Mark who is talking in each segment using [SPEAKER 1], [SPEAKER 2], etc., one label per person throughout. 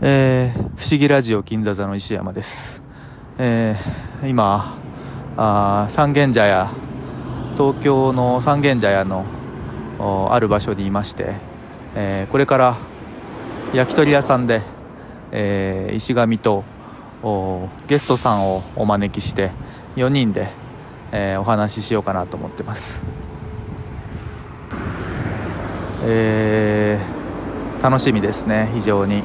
[SPEAKER 1] えー不思議ラジオ金座座の石山です、えー今あー三軒茶屋東京の三軒茶屋のおある場所にいまして、えーこれから焼き鳥屋さんで、えー石神とおゲストさんをお招きして4人で、えーお話ししようかなと思ってます、えー楽しみですね非常に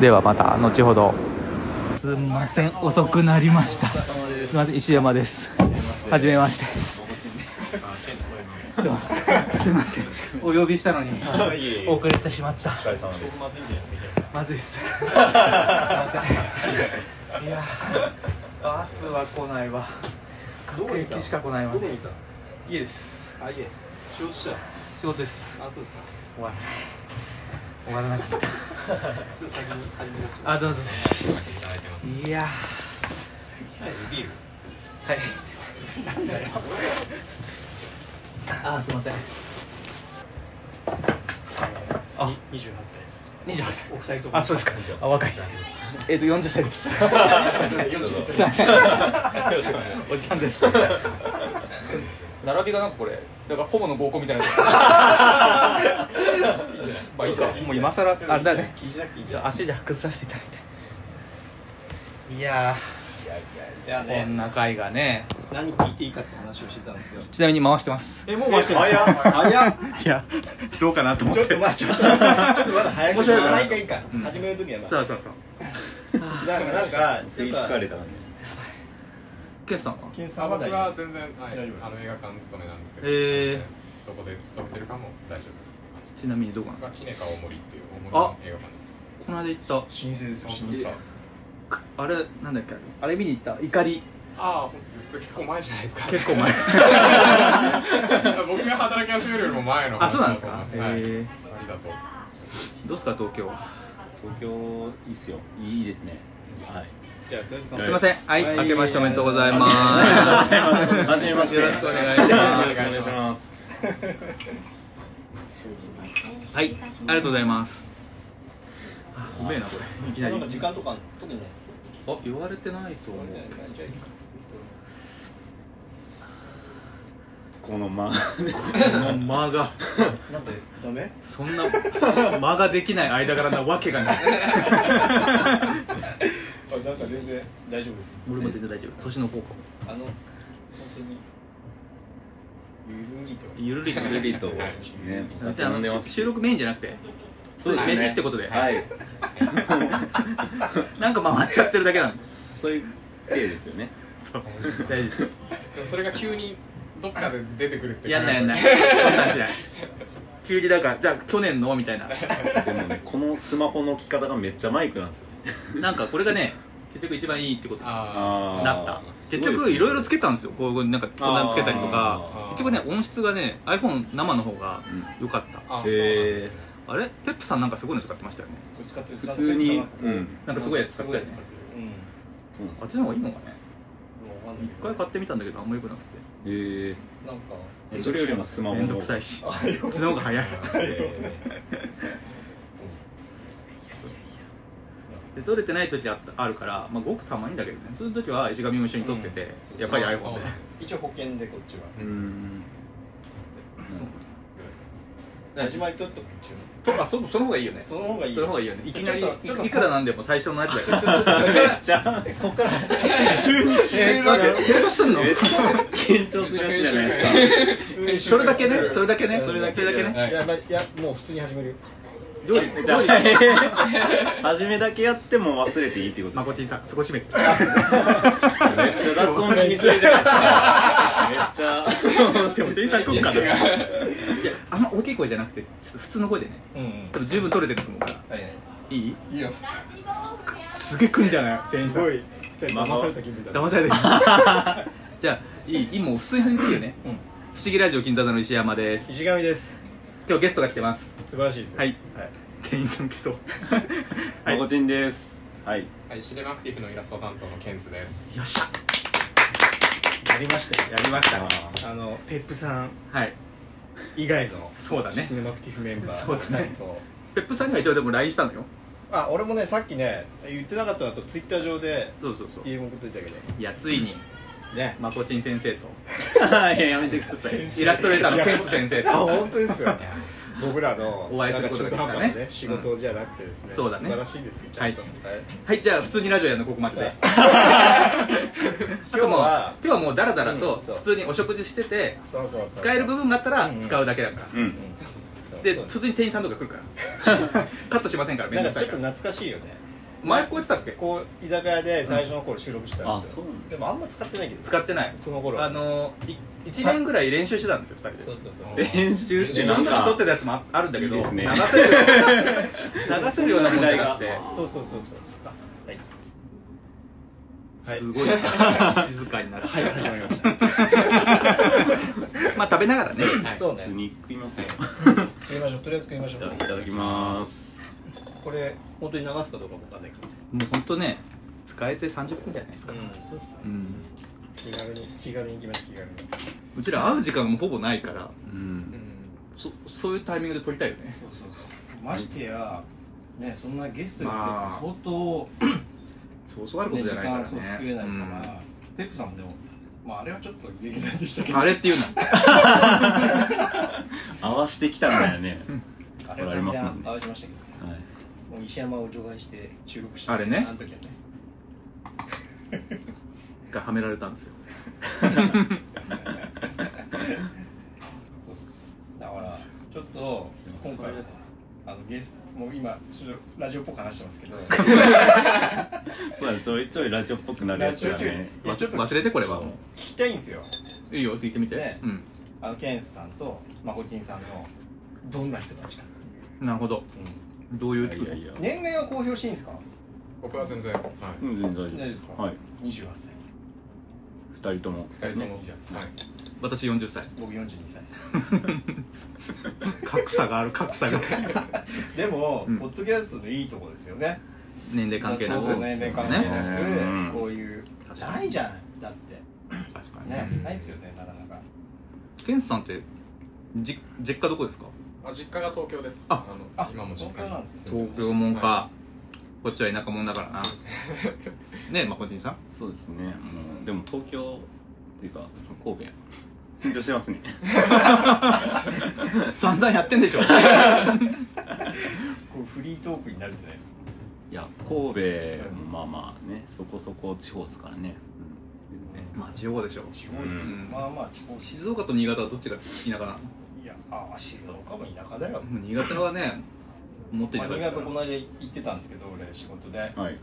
[SPEAKER 1] ではまた後ほどすみません遅くなりましたすみません石山ですはじめましてすみませんお呼びしたのに遅れてしまったまずいっすすいませんいやバスは来ないわ各駅しか来ないわ
[SPEAKER 2] にいた
[SPEAKER 1] 家です
[SPEAKER 2] あ、いえ、仕事したよ
[SPEAKER 1] 仕事です
[SPEAKER 2] あ、そうですか
[SPEAKER 1] 終わらない終わらなかった
[SPEAKER 2] ちょっと先に始めましょう
[SPEAKER 1] あどうぞいや
[SPEAKER 2] ビール
[SPEAKER 1] はいあーすいませんあ
[SPEAKER 2] 28歳
[SPEAKER 1] 28歳
[SPEAKER 2] お二人とも
[SPEAKER 1] あそうですかあ若いえっ、と40歳です
[SPEAKER 2] 40
[SPEAKER 1] すいませんおじさんです並びがなんかこれだからホモの合コンみたいなまあいいかもう今更あれだね
[SPEAKER 2] 気にしなくていいんじ
[SPEAKER 1] じ
[SPEAKER 2] ゃ
[SPEAKER 1] ゃあ足じゃあ崩させていただいていや
[SPEAKER 2] いや
[SPEAKER 1] ーこん
[SPEAKER 2] ね、
[SPEAKER 1] な回がね
[SPEAKER 2] 何聞いていいかって話をしてたんですよ
[SPEAKER 1] ちなみに回してます
[SPEAKER 2] え、もう回してる早っ 早っ
[SPEAKER 1] いやどうかなと思
[SPEAKER 2] ちょっとまあちょっとちょっとまだ早
[SPEAKER 1] 面
[SPEAKER 2] く
[SPEAKER 1] 白いから
[SPEAKER 2] 毎回いいか
[SPEAKER 1] うん
[SPEAKER 2] 始める時はま
[SPEAKER 1] そうそうそう
[SPEAKER 2] あなんかなんか
[SPEAKER 3] 食いつかれたね
[SPEAKER 1] ケスさんは
[SPEAKER 2] 検査
[SPEAKER 3] あ
[SPEAKER 2] はま
[SPEAKER 3] 僕
[SPEAKER 2] だいい
[SPEAKER 3] は全然、はい
[SPEAKER 2] 大丈、夫
[SPEAKER 3] あの映画館勤めなんですけど、
[SPEAKER 1] へー
[SPEAKER 3] どこで勤めてるかも大丈夫
[SPEAKER 1] ちなみにどこなんで
[SPEAKER 3] まあ
[SPEAKER 1] すか
[SPEAKER 3] キネカ大森っていう大森
[SPEAKER 1] あ
[SPEAKER 3] の映画館です
[SPEAKER 1] この間行った
[SPEAKER 2] 新鮮ですよ
[SPEAKER 3] あ本当
[SPEAKER 2] 新
[SPEAKER 3] です
[SPEAKER 2] 鮮
[SPEAKER 3] か
[SPEAKER 1] あれなんだっけあれ見に行った怒り
[SPEAKER 3] ああ本当です結構前じゃないですか
[SPEAKER 1] 結構前
[SPEAKER 3] 僕が働き始めるよりも前の
[SPEAKER 1] あそうなんですか
[SPEAKER 3] 話だと思います
[SPEAKER 1] え
[SPEAKER 3] はいありがとう
[SPEAKER 1] ーどうですか東京は
[SPEAKER 4] 東京いいっすよいいですねはい
[SPEAKER 2] じゃあ、とりあえず
[SPEAKER 1] すいませんはい
[SPEAKER 2] はい
[SPEAKER 1] 明けましておめでとうございます
[SPEAKER 4] はじめまして
[SPEAKER 1] よろしくお願いしま
[SPEAKER 4] お願いします
[SPEAKER 5] すみません。
[SPEAKER 1] すはいありがとうござい
[SPEAKER 5] す。
[SPEAKER 1] ますあうめえなこれいきなり
[SPEAKER 2] なんか時間とか特にね
[SPEAKER 1] あ言われてないと思う
[SPEAKER 2] じゃあいいか
[SPEAKER 4] このま
[SPEAKER 1] この間が
[SPEAKER 2] なんで、ダメ
[SPEAKER 1] そんな 間ができない間柄なわけがない
[SPEAKER 2] あ、なんか全然大丈夫ですよ
[SPEAKER 1] 俺も全然大丈夫年の効果も
[SPEAKER 2] あの、本当にゆるりと
[SPEAKER 1] ゆるりと
[SPEAKER 4] ゆるりと
[SPEAKER 3] はい
[SPEAKER 4] ねお
[SPEAKER 1] 別に
[SPEAKER 4] 酒
[SPEAKER 1] あ
[SPEAKER 4] 飲んでま
[SPEAKER 1] の
[SPEAKER 4] す
[SPEAKER 1] 収録メインじゃなくて
[SPEAKER 4] そうですね
[SPEAKER 1] 飯ってことで、
[SPEAKER 4] はい
[SPEAKER 1] なんか回っちゃってるだけなんです
[SPEAKER 4] そういう系ですよね
[SPEAKER 1] そう大丈夫です
[SPEAKER 3] でもそれが急にどっかで出てくるって
[SPEAKER 1] やんないやんない
[SPEAKER 3] 考え
[SPEAKER 1] そんなんしない急にだからじゃあ去年のみたいな
[SPEAKER 4] でもねこのスマホの置き方がめっちゃマイクなんですよね
[SPEAKER 1] なんかこれがね結局一番いいってこと
[SPEAKER 3] た
[SPEAKER 1] に
[SPEAKER 3] あ
[SPEAKER 1] なった結局いろいろつけたんですよこうなんかこんなんつけたりとか
[SPEAKER 3] あー
[SPEAKER 1] 結局ね音質がね iPhone 生の方が
[SPEAKER 4] うん
[SPEAKER 1] 良かった
[SPEAKER 3] あそうなんで
[SPEAKER 4] え
[SPEAKER 3] すね
[SPEAKER 1] あれペップさんなんかすごいの使ってましたよね
[SPEAKER 2] それ使ってる
[SPEAKER 4] ー普通にう
[SPEAKER 2] うん
[SPEAKER 4] ん
[SPEAKER 1] なんかすごいやつ使ってたよね
[SPEAKER 2] うん
[SPEAKER 4] そうなんです
[SPEAKER 1] あっ
[SPEAKER 4] よ
[SPEAKER 1] ちの方がいいのかね
[SPEAKER 2] もうわかんない
[SPEAKER 1] 一回買ってみたんだけどあんま良くなくて
[SPEAKER 4] え
[SPEAKER 2] なんか
[SPEAKER 4] ーそれよりもスマホ
[SPEAKER 1] め
[SPEAKER 4] の
[SPEAKER 1] んどくさいしこっちの方が 早い
[SPEAKER 4] え
[SPEAKER 1] で撮れてない時あったあるから、まあ、ごくたまにだけどねそういう時は石神も一緒に撮ってて、
[SPEAKER 2] うん
[SPEAKER 1] やっぱり
[SPEAKER 3] あ
[SPEAKER 1] iPhone
[SPEAKER 3] そう
[SPEAKER 1] で
[SPEAKER 3] なんです
[SPEAKER 2] 一応保険でこっちは
[SPEAKER 4] ーうーん
[SPEAKER 1] 大
[SPEAKER 2] 始
[SPEAKER 1] 丈
[SPEAKER 2] まりとっとこっち
[SPEAKER 1] 夫とあそその方がいいよね
[SPEAKER 2] その方がいい
[SPEAKER 1] その方がいいよねいきなり
[SPEAKER 2] ちょっとちょっと
[SPEAKER 1] いいくらなんでも最初のやつだけど
[SPEAKER 4] めっちゃ
[SPEAKER 2] こっから
[SPEAKER 1] えなんか精査すんの
[SPEAKER 4] 緊張するやつじゃないですか
[SPEAKER 2] 普通に
[SPEAKER 1] それだけねそれ
[SPEAKER 2] だ
[SPEAKER 1] だけねそれだけだけね
[SPEAKER 3] はい
[SPEAKER 2] いや,、まあ、いやもう普通に始めるよ
[SPEAKER 1] 料理
[SPEAKER 4] じゃ
[SPEAKER 1] 料
[SPEAKER 4] あ
[SPEAKER 1] 理
[SPEAKER 4] 初めだけやっても忘れていいってこと
[SPEAKER 1] ま
[SPEAKER 4] で
[SPEAKER 1] こちんさんそこ閉めて
[SPEAKER 4] すかめっちゃ雑音気にするじゃないですかめっちゃ
[SPEAKER 1] でも店員さん来るか
[SPEAKER 3] 意識
[SPEAKER 1] ら
[SPEAKER 3] が
[SPEAKER 1] あんま大きい声じゃなくてちょっと普通の声でね
[SPEAKER 2] うん、うん
[SPEAKER 1] 多分十分撮れてると思うから
[SPEAKER 2] は
[SPEAKER 1] い
[SPEAKER 2] い
[SPEAKER 1] い
[SPEAKER 2] いいよ
[SPEAKER 1] すげえ来んじゃない店員さん
[SPEAKER 2] い二人騙された気分だ
[SPEAKER 1] 騙
[SPEAKER 2] さ
[SPEAKER 1] されてるじゃあいいいいもう普通に始めていいよね
[SPEAKER 2] うん
[SPEAKER 1] 不思議ラジオ金座座の石山です
[SPEAKER 2] 石神です
[SPEAKER 1] 今日ゲストが来てます
[SPEAKER 2] 素晴らしいですよ
[SPEAKER 1] はい店員さん来 そうは
[SPEAKER 4] ま
[SPEAKER 1] い
[SPEAKER 4] こちんですはい
[SPEAKER 3] はい、シネマアクティブのイラスト担当のケンス です
[SPEAKER 1] よっしゃ
[SPEAKER 2] やりましたよ
[SPEAKER 1] やりました
[SPEAKER 2] あのペップさん
[SPEAKER 1] はい
[SPEAKER 2] 以外の
[SPEAKER 1] そうだね
[SPEAKER 2] シネマクティフメンバー
[SPEAKER 1] そうだね
[SPEAKER 2] 二人と
[SPEAKER 1] ペップさんには一応でも LINE したのよ
[SPEAKER 2] あ俺もねさっきね言ってなかったなとツイッター上で
[SPEAKER 4] そうそうそう
[SPEAKER 2] DM 送っといたけど
[SPEAKER 4] いやついに
[SPEAKER 2] ね
[SPEAKER 4] まこちん先生といややめてくださ いイラストレーターのケンス先生
[SPEAKER 2] あ
[SPEAKER 4] と
[SPEAKER 2] 本当ですよ
[SPEAKER 4] いや
[SPEAKER 2] 僕らの
[SPEAKER 4] お会いすることができたね
[SPEAKER 2] なんか中途半端な仕事じゃなくてですね、
[SPEAKER 4] うんそうだね
[SPEAKER 2] 素晴らしいですよちゃんと、は
[SPEAKER 4] は
[SPEAKER 2] い
[SPEAKER 4] はいじゃあ普通にラジオやるのここまでで
[SPEAKER 2] 今日は
[SPEAKER 4] 今日はもうダラダラと
[SPEAKER 2] うんそう
[SPEAKER 4] 普通にお食事してて
[SPEAKER 2] そうそうそう
[SPEAKER 4] 使える部分があったら使うだけだから
[SPEAKER 2] うんそう
[SPEAKER 4] で
[SPEAKER 2] そう
[SPEAKER 4] 普通に店員さんとか来るからカットしませんから面
[SPEAKER 2] なん
[SPEAKER 4] 倒
[SPEAKER 2] か
[SPEAKER 4] く
[SPEAKER 2] ちょ
[SPEAKER 4] さ
[SPEAKER 2] っ
[SPEAKER 4] いか
[SPEAKER 2] と
[SPEAKER 4] ら
[SPEAKER 2] 懐かしいよね
[SPEAKER 4] 前こうやってたっけ
[SPEAKER 2] こう居酒屋で最初の頃収録してたんですよ、
[SPEAKER 4] うんあそう
[SPEAKER 2] でもあんま使ってないけど
[SPEAKER 4] 使ってない
[SPEAKER 2] その頃
[SPEAKER 4] あの1年ぐらい練習してたんですよ2人で
[SPEAKER 2] そうそうそうそう
[SPEAKER 5] 練習って
[SPEAKER 4] 自
[SPEAKER 5] なん
[SPEAKER 4] 分たち撮っ
[SPEAKER 5] か
[SPEAKER 4] てたやつもああるんだけど
[SPEAKER 5] いいですね
[SPEAKER 4] 流せるような流せるような問題があって
[SPEAKER 2] そうそうそうそうはいはい
[SPEAKER 4] すごい静かになる
[SPEAKER 2] はい始まりました
[SPEAKER 4] まあ食べながらね
[SPEAKER 2] そう
[SPEAKER 5] 普
[SPEAKER 2] ね
[SPEAKER 5] 通に食いますよ
[SPEAKER 2] 食いましょうとりあえず食いましょ
[SPEAKER 5] いただ
[SPEAKER 2] う
[SPEAKER 5] いただきます
[SPEAKER 2] これ本当に流すかどうかもわかんないけどね
[SPEAKER 4] もう本当ね使えて30分じゃないですか
[SPEAKER 2] うんそうですね
[SPEAKER 4] うん
[SPEAKER 2] 気軽に気軽に行きましょう気軽に
[SPEAKER 4] うちら会う時間もほぼないから
[SPEAKER 5] うん
[SPEAKER 4] そそういうタイミングで撮りたいよね
[SPEAKER 2] そうそうそうましてやねそんなゲスト
[SPEAKER 4] 呼んでて
[SPEAKER 2] 相当
[SPEAKER 4] そうそうあることじゃないからね
[SPEAKER 2] ペップさんもでもまああれはちょっとレギュラーでした
[SPEAKER 4] うんあれっていうの
[SPEAKER 5] 合わしてきたんだよね
[SPEAKER 2] あ
[SPEAKER 5] れは全然合わ
[SPEAKER 2] しましたけど
[SPEAKER 5] はい
[SPEAKER 2] もう石山を除外して収録して
[SPEAKER 4] あれね
[SPEAKER 2] あの時はね
[SPEAKER 4] 一回はめられたんですよ
[SPEAKER 2] そうそうそうだからちょっと今回はねあのゲスもう今ちょっとラジオっぽく話してますけど
[SPEAKER 5] そうだねちょいちょいラジオっぽくなる
[SPEAKER 2] ラ
[SPEAKER 5] やつ
[SPEAKER 2] ジオ
[SPEAKER 5] だ
[SPEAKER 2] 中
[SPEAKER 5] ね
[SPEAKER 2] いやちょっと
[SPEAKER 4] 忘れてこれはも
[SPEAKER 2] 聞きたいんですよ
[SPEAKER 4] ういいよ聞いてみて、
[SPEAKER 2] ね
[SPEAKER 4] うん
[SPEAKER 2] あのケンスさんとマホキンさんのどんな人たちか、
[SPEAKER 4] なるほどどういう
[SPEAKER 5] いやいや
[SPEAKER 2] 年齢は公表していいんですか
[SPEAKER 3] 僕は全然、はい、
[SPEAKER 5] うん全然大丈夫
[SPEAKER 2] 大丈夫
[SPEAKER 5] で
[SPEAKER 2] です
[SPEAKER 5] す
[SPEAKER 2] か
[SPEAKER 5] はい
[SPEAKER 2] 28歳
[SPEAKER 5] 二人とも
[SPEAKER 3] 二人とも、
[SPEAKER 2] ね
[SPEAKER 3] はい、
[SPEAKER 4] 私40歳
[SPEAKER 2] 僕42歳
[SPEAKER 4] 格差がある格差 が
[SPEAKER 2] でも、
[SPEAKER 4] うん
[SPEAKER 2] ポッドキャストのいいところですよね
[SPEAKER 4] 年齢関係なく
[SPEAKER 2] そうそう年齢関係なく、
[SPEAKER 5] うん
[SPEAKER 2] こういう
[SPEAKER 4] 確かに
[SPEAKER 2] ないじゃんだって
[SPEAKER 4] 確かにね
[SPEAKER 2] ね、
[SPEAKER 3] うん
[SPEAKER 2] ないですよねなかなか
[SPEAKER 4] ケンスさんってじ実家どこですか
[SPEAKER 3] あ実家が東京です
[SPEAKER 4] あ
[SPEAKER 3] あ
[SPEAKER 2] あ
[SPEAKER 3] の今も実家
[SPEAKER 2] 東京なん
[SPEAKER 3] に
[SPEAKER 2] です
[SPEAKER 3] 住んで
[SPEAKER 4] 東
[SPEAKER 3] ます
[SPEAKER 4] 京もんか、
[SPEAKER 3] は
[SPEAKER 4] こっちは田舎もんだからなねえまこちんさん
[SPEAKER 5] そうですねもうでも東京っていうかその神戸緊張してますね
[SPEAKER 4] 散々やってんで しょ
[SPEAKER 2] こうフリートークに慣れてない
[SPEAKER 5] いや神戸もまあまあねそこそこ地方ですからね
[SPEAKER 4] まあ地方でしょ
[SPEAKER 2] 地方です、
[SPEAKER 4] うん
[SPEAKER 2] まあまあ地方です
[SPEAKER 4] 静岡と新潟はどっちが田舎なのも
[SPEAKER 2] いやあ静岡も田舎だよ、
[SPEAKER 4] う新潟はね持って
[SPEAKER 2] ま
[SPEAKER 4] る
[SPEAKER 2] あ、
[SPEAKER 4] じゃ
[SPEAKER 2] 新
[SPEAKER 4] ない
[SPEAKER 2] 潟
[SPEAKER 4] ですか
[SPEAKER 2] この
[SPEAKER 4] ら
[SPEAKER 2] 間行ってたんですけど俺仕事で
[SPEAKER 5] うんはい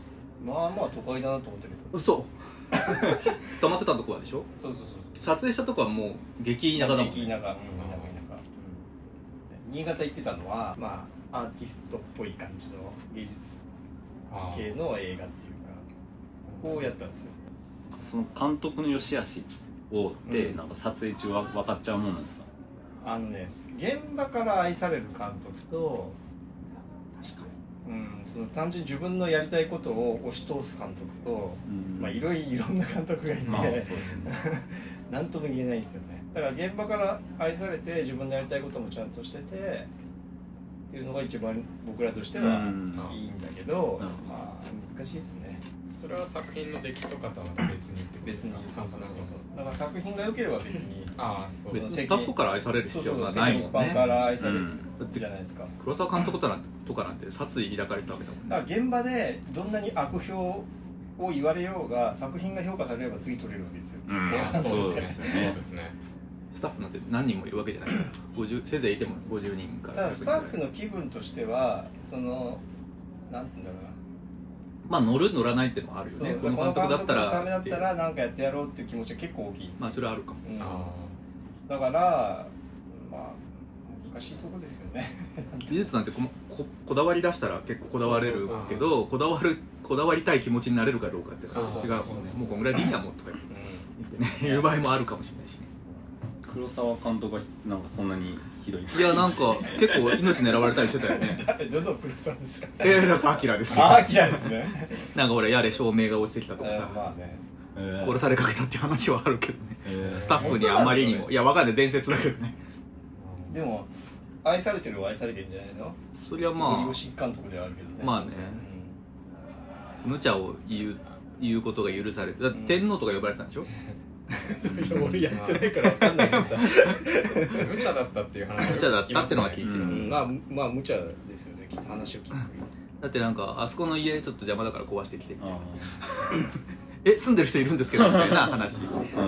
[SPEAKER 2] まあまあ都会だなと思ったけど
[SPEAKER 4] 嘘 溜まってたとこはでしょ
[SPEAKER 2] そうそうそう
[SPEAKER 4] 撮影したとこはもう激田舎だもん、
[SPEAKER 2] 駅
[SPEAKER 4] ね、
[SPEAKER 2] 田舎うん田舎田舎新潟行ってたのはまあアーティストっぽい感じの芸術
[SPEAKER 3] あ
[SPEAKER 2] 系
[SPEAKER 3] ー
[SPEAKER 2] の映画っていうかこうやったんですよ
[SPEAKER 5] その監督の良し悪しをで、
[SPEAKER 2] うん
[SPEAKER 5] なんか撮影中は分かっちゃうもんなんですか
[SPEAKER 2] あのね現場から愛される監督とうん、その単純に自分のやりたいことを押し通す監督と、まあ、いろいろいろんな監督がいて、
[SPEAKER 3] まあそうですね
[SPEAKER 2] 何とも言えないんですよねだから現場から愛されて自分のやりたいこともちゃんとしててっていうのが一番僕らとしては
[SPEAKER 5] うん
[SPEAKER 2] いいんだけど、
[SPEAKER 5] うん
[SPEAKER 2] まあ難しいですね
[SPEAKER 3] それは作品の出来とかとはまた別にってことで
[SPEAKER 2] 別
[SPEAKER 3] す
[SPEAKER 2] に
[SPEAKER 3] か
[SPEAKER 2] そうそうそう
[SPEAKER 3] あなるほど
[SPEAKER 2] そうだから作品が良ければ別に
[SPEAKER 3] ああそう
[SPEAKER 4] 別
[SPEAKER 3] で
[SPEAKER 4] に
[SPEAKER 3] す
[SPEAKER 4] スタッフから愛される必要がないもんね
[SPEAKER 2] そうそう世間一般から愛され
[SPEAKER 5] う
[SPEAKER 2] る
[SPEAKER 5] ん
[SPEAKER 2] じゃないですか、
[SPEAKER 4] 黒沢監督となんてとかなんて殺意抱かれてたわけだもんね
[SPEAKER 2] だから現場でどんなに悪評を言われようが作品が評価されれば次取れるわけですよ、
[SPEAKER 5] うん
[SPEAKER 3] あ ーそうですね
[SPEAKER 5] そうですよね
[SPEAKER 3] そうですね
[SPEAKER 4] スタッフなんて何人もいるわけじゃないから50せいぜいいても50人か
[SPEAKER 2] た
[SPEAKER 4] ら
[SPEAKER 2] だ
[SPEAKER 4] 100
[SPEAKER 2] ス
[SPEAKER 4] 人ぐ
[SPEAKER 2] タ
[SPEAKER 4] らい
[SPEAKER 2] ッフの気分としてはそのなんて言うんだろうな
[SPEAKER 4] まあ乗る乗らないってのもあるよね
[SPEAKER 2] そう
[SPEAKER 4] この監督だっ
[SPEAKER 2] この監
[SPEAKER 4] た
[SPEAKER 2] 督のためだ
[SPEAKER 4] らっ
[SPEAKER 2] ってたらなんかやってやろうっていう気持ちが結構大きいんですよ
[SPEAKER 4] まあそれはあるかも
[SPEAKER 2] うん
[SPEAKER 3] あ
[SPEAKER 2] だからまあ難しいとこですよね
[SPEAKER 4] 美術なんてこここだわり出したら結構こだわれるけどこだわるこだわりたい気持ちになれるかどうかっていうのは
[SPEAKER 3] そう
[SPEAKER 4] 違
[SPEAKER 3] そうう
[SPEAKER 4] も
[SPEAKER 3] そうん
[SPEAKER 4] ねもうこんぐらいでいいやもうとか
[SPEAKER 2] う
[SPEAKER 4] 言ってね 言う場合もあるかもしれないしね
[SPEAKER 5] 黒沢監督はなんかそんなにひどいんです
[SPEAKER 4] いやなんか結構命狙われたりしてたよ
[SPEAKER 2] ん
[SPEAKER 4] ね
[SPEAKER 2] どのプロさんですか
[SPEAKER 4] えー、なんかアキラですよ
[SPEAKER 2] ああ嫌いです ね
[SPEAKER 4] なんか俺やれ照明が落ちてきたとか
[SPEAKER 2] え
[SPEAKER 4] さ
[SPEAKER 2] ー、まあね
[SPEAKER 5] えー
[SPEAKER 4] 殺されかけたっていう話はあるけどね
[SPEAKER 5] えー
[SPEAKER 4] スタッフにあまりにもいやわかんない伝説だけどね
[SPEAKER 2] でも愛されてるは愛されてるんじゃないの
[SPEAKER 4] そりゃ
[SPEAKER 2] ま
[SPEAKER 4] ま
[SPEAKER 2] あ吉監督ではあるけどね
[SPEAKER 4] まあねあ無茶を言う言うことが許されてだって天皇とか呼ばれてたんでしょ、
[SPEAKER 2] うん、 俺やってないから分かんないけどさ、
[SPEAKER 3] 無茶だったっていう話
[SPEAKER 4] 無茶だったってのは聞いて
[SPEAKER 2] う、
[SPEAKER 4] る
[SPEAKER 3] うんん
[SPEAKER 2] まあまあ無茶ですよねきっと話を聞く
[SPEAKER 4] だってなんかあそこの家ちょっと邪魔だから壊してきて
[SPEAKER 5] あ
[SPEAKER 4] え住んでる人いるんですけどみ たいな話
[SPEAKER 5] ん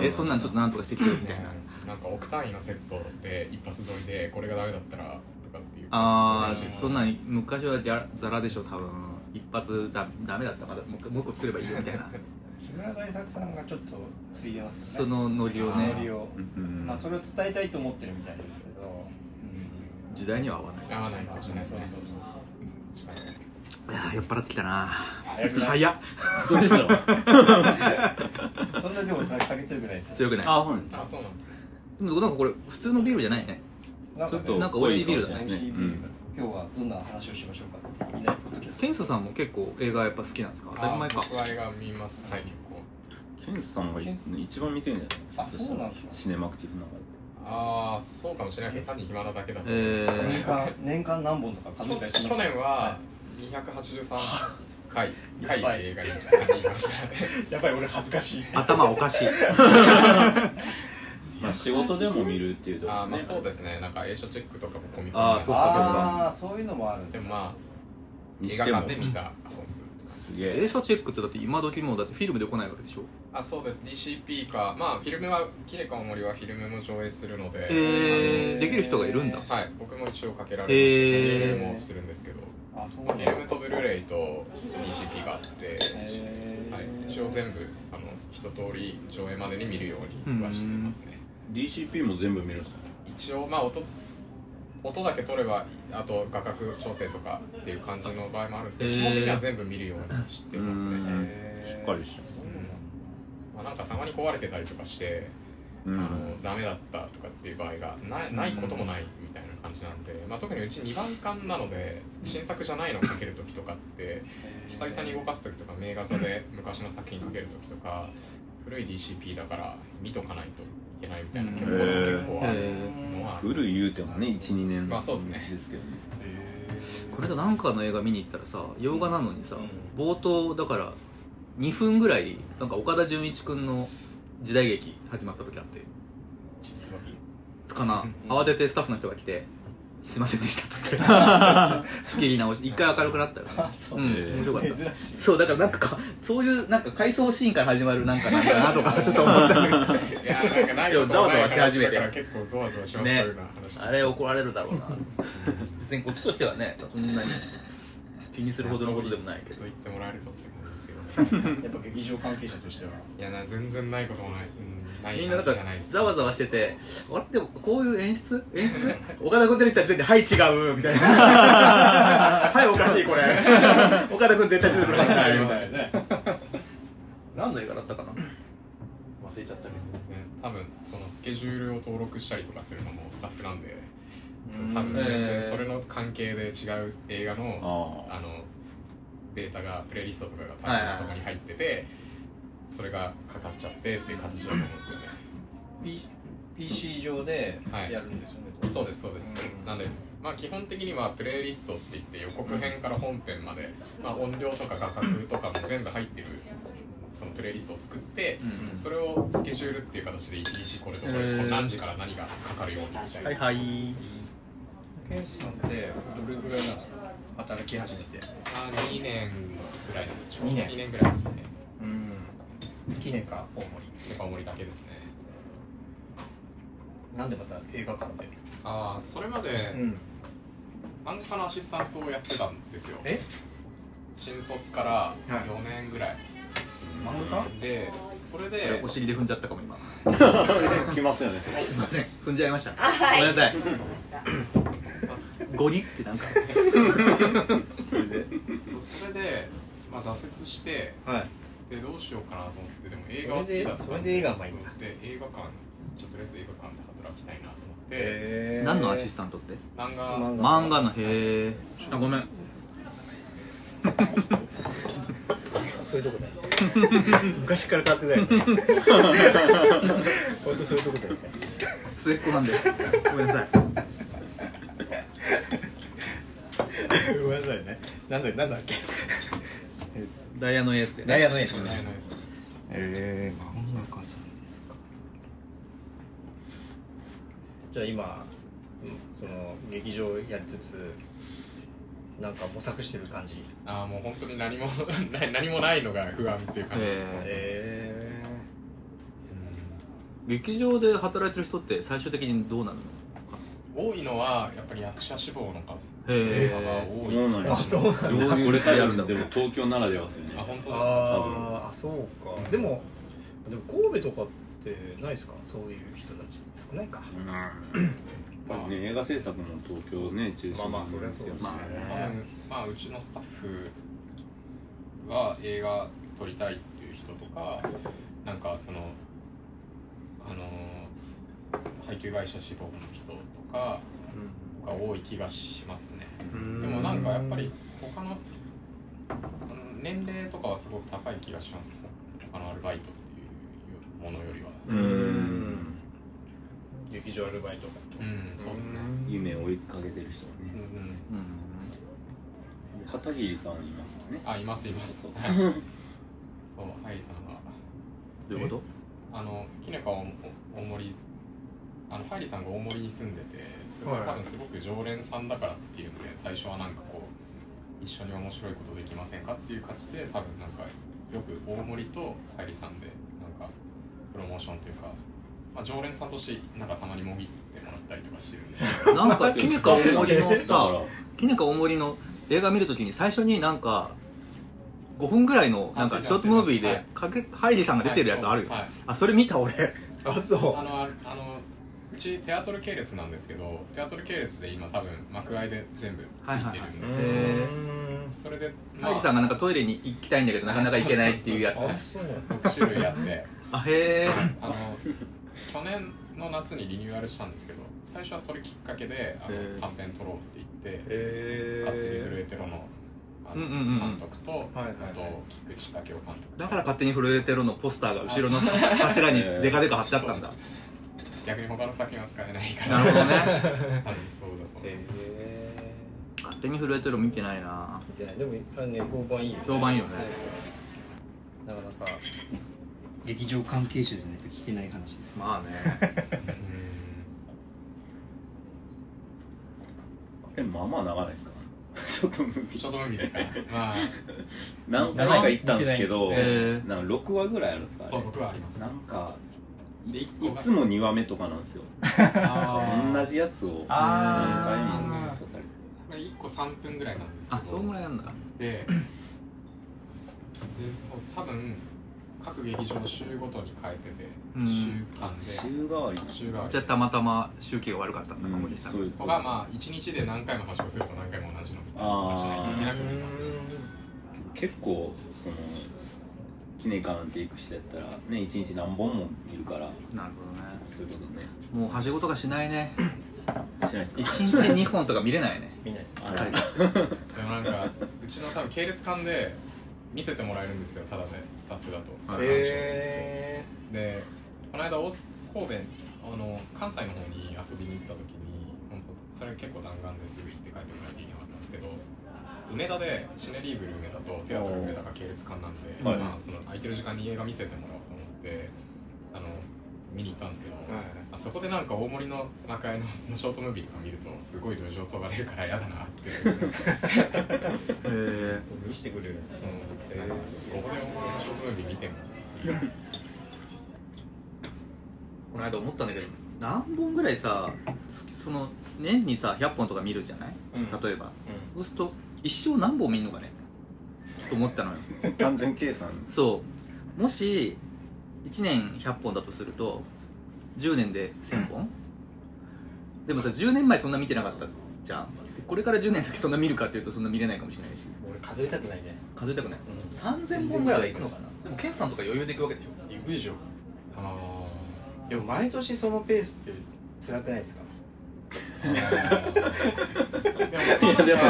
[SPEAKER 4] えそんなんちょっとなんとかしてきてよみたいな
[SPEAKER 3] なんか億単位のセットで一発撮りでこれがダメだったらとかっていう
[SPEAKER 4] ああ
[SPEAKER 3] 話
[SPEAKER 4] そんなん昔はギャラザラでしょ多分一発だダメだったからもう一回もう一個作ればいいよみたいな
[SPEAKER 2] 木村大作さんがちょっとついでますよね
[SPEAKER 4] そのノリをね
[SPEAKER 2] ノリを、
[SPEAKER 5] うん
[SPEAKER 2] まあそれを伝えたいと思ってるみたいですけど、
[SPEAKER 4] 時代には合わない
[SPEAKER 3] 合わないかもしれないですね
[SPEAKER 2] そうそうそう
[SPEAKER 4] いやー酔っ払ってきたな
[SPEAKER 2] 早くない
[SPEAKER 4] 早っ
[SPEAKER 5] そうでしょ
[SPEAKER 2] そうそんなでもさ酒強くないです
[SPEAKER 4] 強くない
[SPEAKER 5] あほん
[SPEAKER 3] あそうなんですね
[SPEAKER 4] でもなんかこれ普通のビールじゃないね
[SPEAKER 2] なんかね
[SPEAKER 5] ちょっと
[SPEAKER 4] なんか美味しいビールだ
[SPEAKER 5] 濃いかも
[SPEAKER 2] 美味
[SPEAKER 5] しれないです
[SPEAKER 2] しい
[SPEAKER 5] ね
[SPEAKER 2] ビールが今日はどんな話をしましょうかっていないポッドキャスト
[SPEAKER 4] ケンスさんも結構映画やっぱ好きなんですか当たり前か
[SPEAKER 3] あ僕は映画見ますはい結構
[SPEAKER 5] ケンスさんが一番見てるんじゃない
[SPEAKER 2] あそうなんですか
[SPEAKER 5] シネマクティブの中で
[SPEAKER 3] ああそうかもしれないですね単に暇なだけだと思うんですけ
[SPEAKER 4] え
[SPEAKER 3] ど
[SPEAKER 2] 年
[SPEAKER 4] ー、
[SPEAKER 2] 間年間何本とか数えたりし
[SPEAKER 3] 去
[SPEAKER 2] ます
[SPEAKER 3] 年は283回回
[SPEAKER 2] やばい
[SPEAKER 3] 映画に行きましたね
[SPEAKER 2] やっぱり俺恥ずかしい
[SPEAKER 4] 頭おかしい
[SPEAKER 5] まあ仕事でも見るっていうとこ
[SPEAKER 3] あ
[SPEAKER 5] ろ
[SPEAKER 3] ーまあそうですねなんか映書チェックとかも込み込み
[SPEAKER 4] あーそっか
[SPEAKER 2] ああそういうのもあるん
[SPEAKER 3] で
[SPEAKER 2] だ
[SPEAKER 3] もまあ
[SPEAKER 5] に
[SPEAKER 3] 映
[SPEAKER 5] し
[SPEAKER 3] 画
[SPEAKER 5] ても
[SPEAKER 3] 館で見た本数
[SPEAKER 5] すげえ
[SPEAKER 4] 映写チェックってだって今時もうだってフィルムで来ないわけでしょ
[SPEAKER 3] あそうです DCP かまあフィルムはキレカ森はフィルムも上映するので、
[SPEAKER 4] えー、できる人がいるんだ
[SPEAKER 3] あのはい僕も一応かけられま
[SPEAKER 4] え
[SPEAKER 3] して
[SPEAKER 4] ー
[SPEAKER 3] 編集もしてるんですけど、
[SPEAKER 2] あそう
[SPEAKER 3] ま
[SPEAKER 2] な
[SPEAKER 3] あ
[SPEAKER 2] んだ
[SPEAKER 3] フィルムとブルーレイと DCP があって、
[SPEAKER 2] えー
[SPEAKER 3] はい、一応全部あの一通り上映までに見るようにはしてますね
[SPEAKER 5] DCP も全部見るんですか
[SPEAKER 3] 一応まあ音音だけ取ればあと画角調整とかっていう感じの場合もあるんですけど、
[SPEAKER 4] えー
[SPEAKER 3] 基本的には全部見るようにしてますね、
[SPEAKER 5] うん
[SPEAKER 3] うん
[SPEAKER 2] えー
[SPEAKER 5] しっかりして
[SPEAKER 2] そうなんだ
[SPEAKER 3] まあ、なんかたまに壊れてたりとかして、
[SPEAKER 5] う
[SPEAKER 3] あ
[SPEAKER 5] ん
[SPEAKER 3] のダメだったとかっていう場合がないないこともないみたいな感じなんで、まあ、特にうち2番館なので新作じゃないのをかける時とかって久々に動かす時とか名画座で昔の作品かける時とか古い DCP だから見とかないといけないみたいな結構
[SPEAKER 5] へー
[SPEAKER 3] 結構あるのはありま
[SPEAKER 5] 古
[SPEAKER 3] す
[SPEAKER 5] い言うてもね12年
[SPEAKER 3] まあそうですね
[SPEAKER 5] ですけどね
[SPEAKER 4] これだなんかの映画見に行ったらさ洋画なのにさ、
[SPEAKER 2] うん
[SPEAKER 4] 冒頭だから2分ぐらいなんか岡田准一君の時代劇始まった時あって
[SPEAKER 2] 実
[SPEAKER 4] かな
[SPEAKER 2] うん
[SPEAKER 4] 慌ててスタッフの人が来て「すいませんでした」っつって仕切り直し一回明るくなったよね
[SPEAKER 2] あそう
[SPEAKER 4] うん面白かった
[SPEAKER 2] 珍しい
[SPEAKER 4] そうだからなんかかそういうなんか回想シーンから始まるなんかなんだ なとかちょっと思ったけど
[SPEAKER 3] いやなんかないことも
[SPEAKER 4] ざわざわし始めて
[SPEAKER 3] ない話だから結構ざわざわします、そう
[SPEAKER 4] ね
[SPEAKER 3] いうような話
[SPEAKER 4] あれ怒られるだろうな 別にこっちとしてはねそんなに気にするほどのことでもないけど
[SPEAKER 3] そう言ってもらえるとってことですよ
[SPEAKER 2] やっぱ劇場関係者としてはい
[SPEAKER 3] やな全然ないこともない、うん、ない
[SPEAKER 4] みんななん
[SPEAKER 3] 話
[SPEAKER 4] か
[SPEAKER 3] じゃないです
[SPEAKER 4] ざわざわしてて「あれでもこういう演出演出岡田君出てきた時点で「はい違う」みたいな 「はいおかしいこ れ岡田君絶対出てくるはず
[SPEAKER 3] あ
[SPEAKER 4] だ
[SPEAKER 3] り
[SPEAKER 4] よ
[SPEAKER 3] ます
[SPEAKER 2] ね
[SPEAKER 4] 何の映画だったかな忘れちゃったけど
[SPEAKER 3] ね多分そのスケジュールを登録したりとかするのもスタッフなんでそう
[SPEAKER 2] うん
[SPEAKER 3] 多分全
[SPEAKER 4] へ
[SPEAKER 3] 然
[SPEAKER 4] ー
[SPEAKER 3] それの関係で違う映画の
[SPEAKER 5] あ
[SPEAKER 3] あのデータがプレイリストとかが多
[SPEAKER 4] はいはいはい
[SPEAKER 3] 分そこに入っててそれがかかっちゃってっていう形だと思うんですよね
[SPEAKER 2] P- PC 上でやるんですよね、
[SPEAKER 3] そうですそうです
[SPEAKER 2] うん
[SPEAKER 3] なんでまあ基本的にはプレイリストって言って予告編から本編までまあ音量とか画角とかも全部入ってるそのプレイリストを作って
[SPEAKER 4] うん
[SPEAKER 3] それをスケジュールっていう形で一日これとこれ
[SPEAKER 4] へー
[SPEAKER 3] こう何時から何がかかるようにみたいな
[SPEAKER 4] はいはい
[SPEAKER 2] ケンスさんってどれぐらいなんですか働き始めて
[SPEAKER 3] あ2年ぐらいですちょうど
[SPEAKER 2] 二年
[SPEAKER 3] 2年ぐらいですね
[SPEAKER 2] うん記念か大盛
[SPEAKER 3] で青森だけですね
[SPEAKER 2] りなんでまた映画館で
[SPEAKER 3] ああそれまで
[SPEAKER 2] ん
[SPEAKER 3] 漫画家のアシスタントをやってたんですよ
[SPEAKER 2] え
[SPEAKER 3] 新卒から
[SPEAKER 2] はい
[SPEAKER 3] 4年ぐらい、
[SPEAKER 2] 漫画
[SPEAKER 3] でそれで
[SPEAKER 4] お尻で踏んじゃったかも今
[SPEAKER 5] あ来ますよね
[SPEAKER 4] すいません踏んじゃいましたごめんなさい
[SPEAKER 3] まあそ
[SPEAKER 4] ゴリっ てなんか
[SPEAKER 3] それで、まあ、挫折して
[SPEAKER 2] はい
[SPEAKER 3] でどうしようかなと思ってでも映画は好
[SPEAKER 2] それ
[SPEAKER 3] き
[SPEAKER 2] で
[SPEAKER 3] だったん
[SPEAKER 2] それで映画がいいんだ
[SPEAKER 3] で映画館ちょっととりあえず映画館で働きたいなと思って
[SPEAKER 2] え
[SPEAKER 4] 何のアシスタントって
[SPEAKER 3] 漫画
[SPEAKER 2] 漫
[SPEAKER 4] 漫画のへえごめん
[SPEAKER 2] そういうとこだよ 昔から変わってないよね 本当そういうとこだよね
[SPEAKER 4] 末っ子なんでごめんなさい
[SPEAKER 2] ごめんなさいねなんだなんだっけ
[SPEAKER 4] ダイヤのエースで、ね、
[SPEAKER 2] ダイヤのエース
[SPEAKER 3] じゃない
[SPEAKER 2] ね
[SPEAKER 3] です
[SPEAKER 2] ええ漫画家さんですかじゃあ今うんその劇場やりつつなんか模索してる感じ
[SPEAKER 3] ああもう本当に何も な何もないのが不安っていう感じですね、
[SPEAKER 2] え
[SPEAKER 4] 劇場で働いてる人って最終的にどうなるの
[SPEAKER 3] 多いのはやっぱり役者志望の方
[SPEAKER 4] へー
[SPEAKER 3] 方が多い
[SPEAKER 5] そうなんや
[SPEAKER 2] あそうなんだ
[SPEAKER 5] どういう
[SPEAKER 4] これからやるんだ
[SPEAKER 5] でも東京ならではですよね
[SPEAKER 3] あ本当ですか
[SPEAKER 2] あーあそうかでもでも神戸とかってないですかそういう人たち少ないか
[SPEAKER 5] まあね映画制作も東京ね中心
[SPEAKER 2] まあまあそりゃそうですね
[SPEAKER 5] まあね
[SPEAKER 3] 多分まあうちのスタッフは映画撮りたいっていう人とかなんかそのあのー配給会社志望の人とかが多い気がしますねでもなんかやっぱり他のあの年齢とかはすごく高い気がします他のアルバイトっていうものよりは
[SPEAKER 5] うーん
[SPEAKER 2] 劇場アルバイト
[SPEAKER 3] うんそうですね
[SPEAKER 5] 夢を追いかけてる人は
[SPEAKER 3] うんう
[SPEAKER 5] ね
[SPEAKER 3] ん
[SPEAKER 5] 片桐さんいますよね
[SPEAKER 3] あいますいます
[SPEAKER 5] そう
[SPEAKER 3] そうハイさんは
[SPEAKER 4] どういうこと
[SPEAKER 3] あのキネカはお大森あのハイリさんが大森に住んでてそれは多分すごく常連さんだからっていうので最初はなんかこう一緒に面白いことできませんかっていう感じで多分なんかよく大森とハイリさんでなんかプロモーションというか、まあ、常連さんとしてなんかたまにもぎってもらったりとかしてるんで
[SPEAKER 4] な んかキネカ大森の
[SPEAKER 5] だから
[SPEAKER 4] さキネカ大森の映画見るときに最初になんか5分ぐらいのなんか
[SPEAKER 3] あ
[SPEAKER 4] シ
[SPEAKER 3] そう
[SPEAKER 4] ョー
[SPEAKER 3] です
[SPEAKER 4] トムービー
[SPEAKER 3] は
[SPEAKER 4] で
[SPEAKER 3] い
[SPEAKER 4] かけハイリさんが出てるやつあるよ、
[SPEAKER 3] はい
[SPEAKER 4] あそれ見た俺
[SPEAKER 2] あそう
[SPEAKER 3] あのああのうちテアトル系列なんですけどテアトル系列で今多分幕外で全部ついてるんですけど、
[SPEAKER 4] はいはいはいへ
[SPEAKER 3] それで、
[SPEAKER 4] ハイリさんがなんかトイレに行きたいんだけどなかなか行けないっていうやつ
[SPEAKER 3] そうそう
[SPEAKER 2] あそう
[SPEAKER 3] 6種類あって
[SPEAKER 4] あへえ
[SPEAKER 3] あの去年の夏にリニューアルしたんですけど最初はそれきっかけであの
[SPEAKER 4] へー
[SPEAKER 3] 短編撮ろうって言って
[SPEAKER 2] え
[SPEAKER 3] 勝手に震えてろのあの
[SPEAKER 4] うんうんうん
[SPEAKER 3] 監督とあ
[SPEAKER 2] はいはいはい
[SPEAKER 3] と菊池武雄監督
[SPEAKER 4] だから勝手に震えてるのポスターが後ろの柱にデカデカ貼ってあったんだ
[SPEAKER 3] 逆に他の作品は使えないから
[SPEAKER 4] なるほどね
[SPEAKER 3] 多分そうだと思います
[SPEAKER 2] え
[SPEAKER 4] 勝手に震えてるの見てないな
[SPEAKER 2] みたいなでもあのね評判いいよね
[SPEAKER 4] 評判いいよね
[SPEAKER 2] なかなか劇場関係者じゃないと聞けない話です
[SPEAKER 4] まあね
[SPEAKER 5] えまあまあ長ないですかちょっとムービ
[SPEAKER 3] シ
[SPEAKER 5] ー
[SPEAKER 3] ョートムービーですかまあ
[SPEAKER 5] 何回か行ったんですけど
[SPEAKER 2] 見
[SPEAKER 4] てないんですね
[SPEAKER 5] なんか6話ぐらいあるんですか
[SPEAKER 3] そう
[SPEAKER 5] ね
[SPEAKER 3] 僕はあります
[SPEAKER 5] なんか
[SPEAKER 3] で
[SPEAKER 5] い
[SPEAKER 3] いつもが
[SPEAKER 5] つも2話目とかなんですよ
[SPEAKER 3] あー
[SPEAKER 5] 同じやつを何回
[SPEAKER 2] あ
[SPEAKER 5] も
[SPEAKER 2] ー
[SPEAKER 5] ね刺されて
[SPEAKER 3] これ1個3分ぐらいなんですけど
[SPEAKER 4] あそうぐらいなんだ
[SPEAKER 3] ででそう多分各劇場週ごとに変えてて、
[SPEAKER 4] うん
[SPEAKER 3] 週間
[SPEAKER 5] 週替
[SPEAKER 3] で
[SPEAKER 5] わり
[SPEAKER 3] 週替わり
[SPEAKER 4] じゃあたまたま周期が悪かったんだ
[SPEAKER 5] うん
[SPEAKER 4] 森さん
[SPEAKER 5] そういう
[SPEAKER 3] ここ
[SPEAKER 5] こと
[SPEAKER 3] がまあ1日で何回も発症すると何回も同じのみたいなことしないといけなくなりますね
[SPEAKER 5] 結構その記念館なんて行く人やったらね一日何本もいるから
[SPEAKER 4] なるほどね
[SPEAKER 5] そういうことね
[SPEAKER 4] もうはしごとかしない ね
[SPEAKER 5] しないですか
[SPEAKER 4] 1日2本とか見れないね
[SPEAKER 2] 見ない
[SPEAKER 5] あら
[SPEAKER 3] でもなんかうちの多分系列館で見せてもらえるんですよただでスタッフだとスタッフ鑑賞
[SPEAKER 2] え
[SPEAKER 3] でこの間大す神戸あの関西の方に遊びに行った時に本当それ結構弾丸ですぐ行って帰ってもらえていなかったんですけど梅田でシネリーブル梅田とテアトル梅田が系列館なんで、
[SPEAKER 5] はい
[SPEAKER 3] まあ、その空いてる時間に映画見せてもらおうと思ってあの見に行ったんですけど、あそこでなんか大森の中江のそのショートムービーとか見るとすごい路上そがれるから嫌だなって
[SPEAKER 4] へ
[SPEAKER 2] 見してくれるんです
[SPEAKER 3] そのなんかここで大森のショートムービー見ても
[SPEAKER 4] この間思ったんだけど何本ぐらいさすその年にさ100本とか見るじゃない、
[SPEAKER 2] うん
[SPEAKER 4] 例えばそうすると一生何本見んのかねと思ったのよ
[SPEAKER 5] 単純計算
[SPEAKER 4] そうもし1年100本だとすると10年で1000本でもさ10年前そんな見てなかったじゃんこれから10年先そんな見るかっていうとそんな見れないかもしれないし
[SPEAKER 2] 俺数えたくないね
[SPEAKER 4] 数えたくない、
[SPEAKER 2] うん
[SPEAKER 4] 3000本ぐらいはいくのかなでもケンさんとか余裕でいくわけでしょ
[SPEAKER 2] 行くでしょ
[SPEAKER 3] あ
[SPEAKER 2] でも毎年そのペースって辛くないですか
[SPEAKER 3] ーでもでも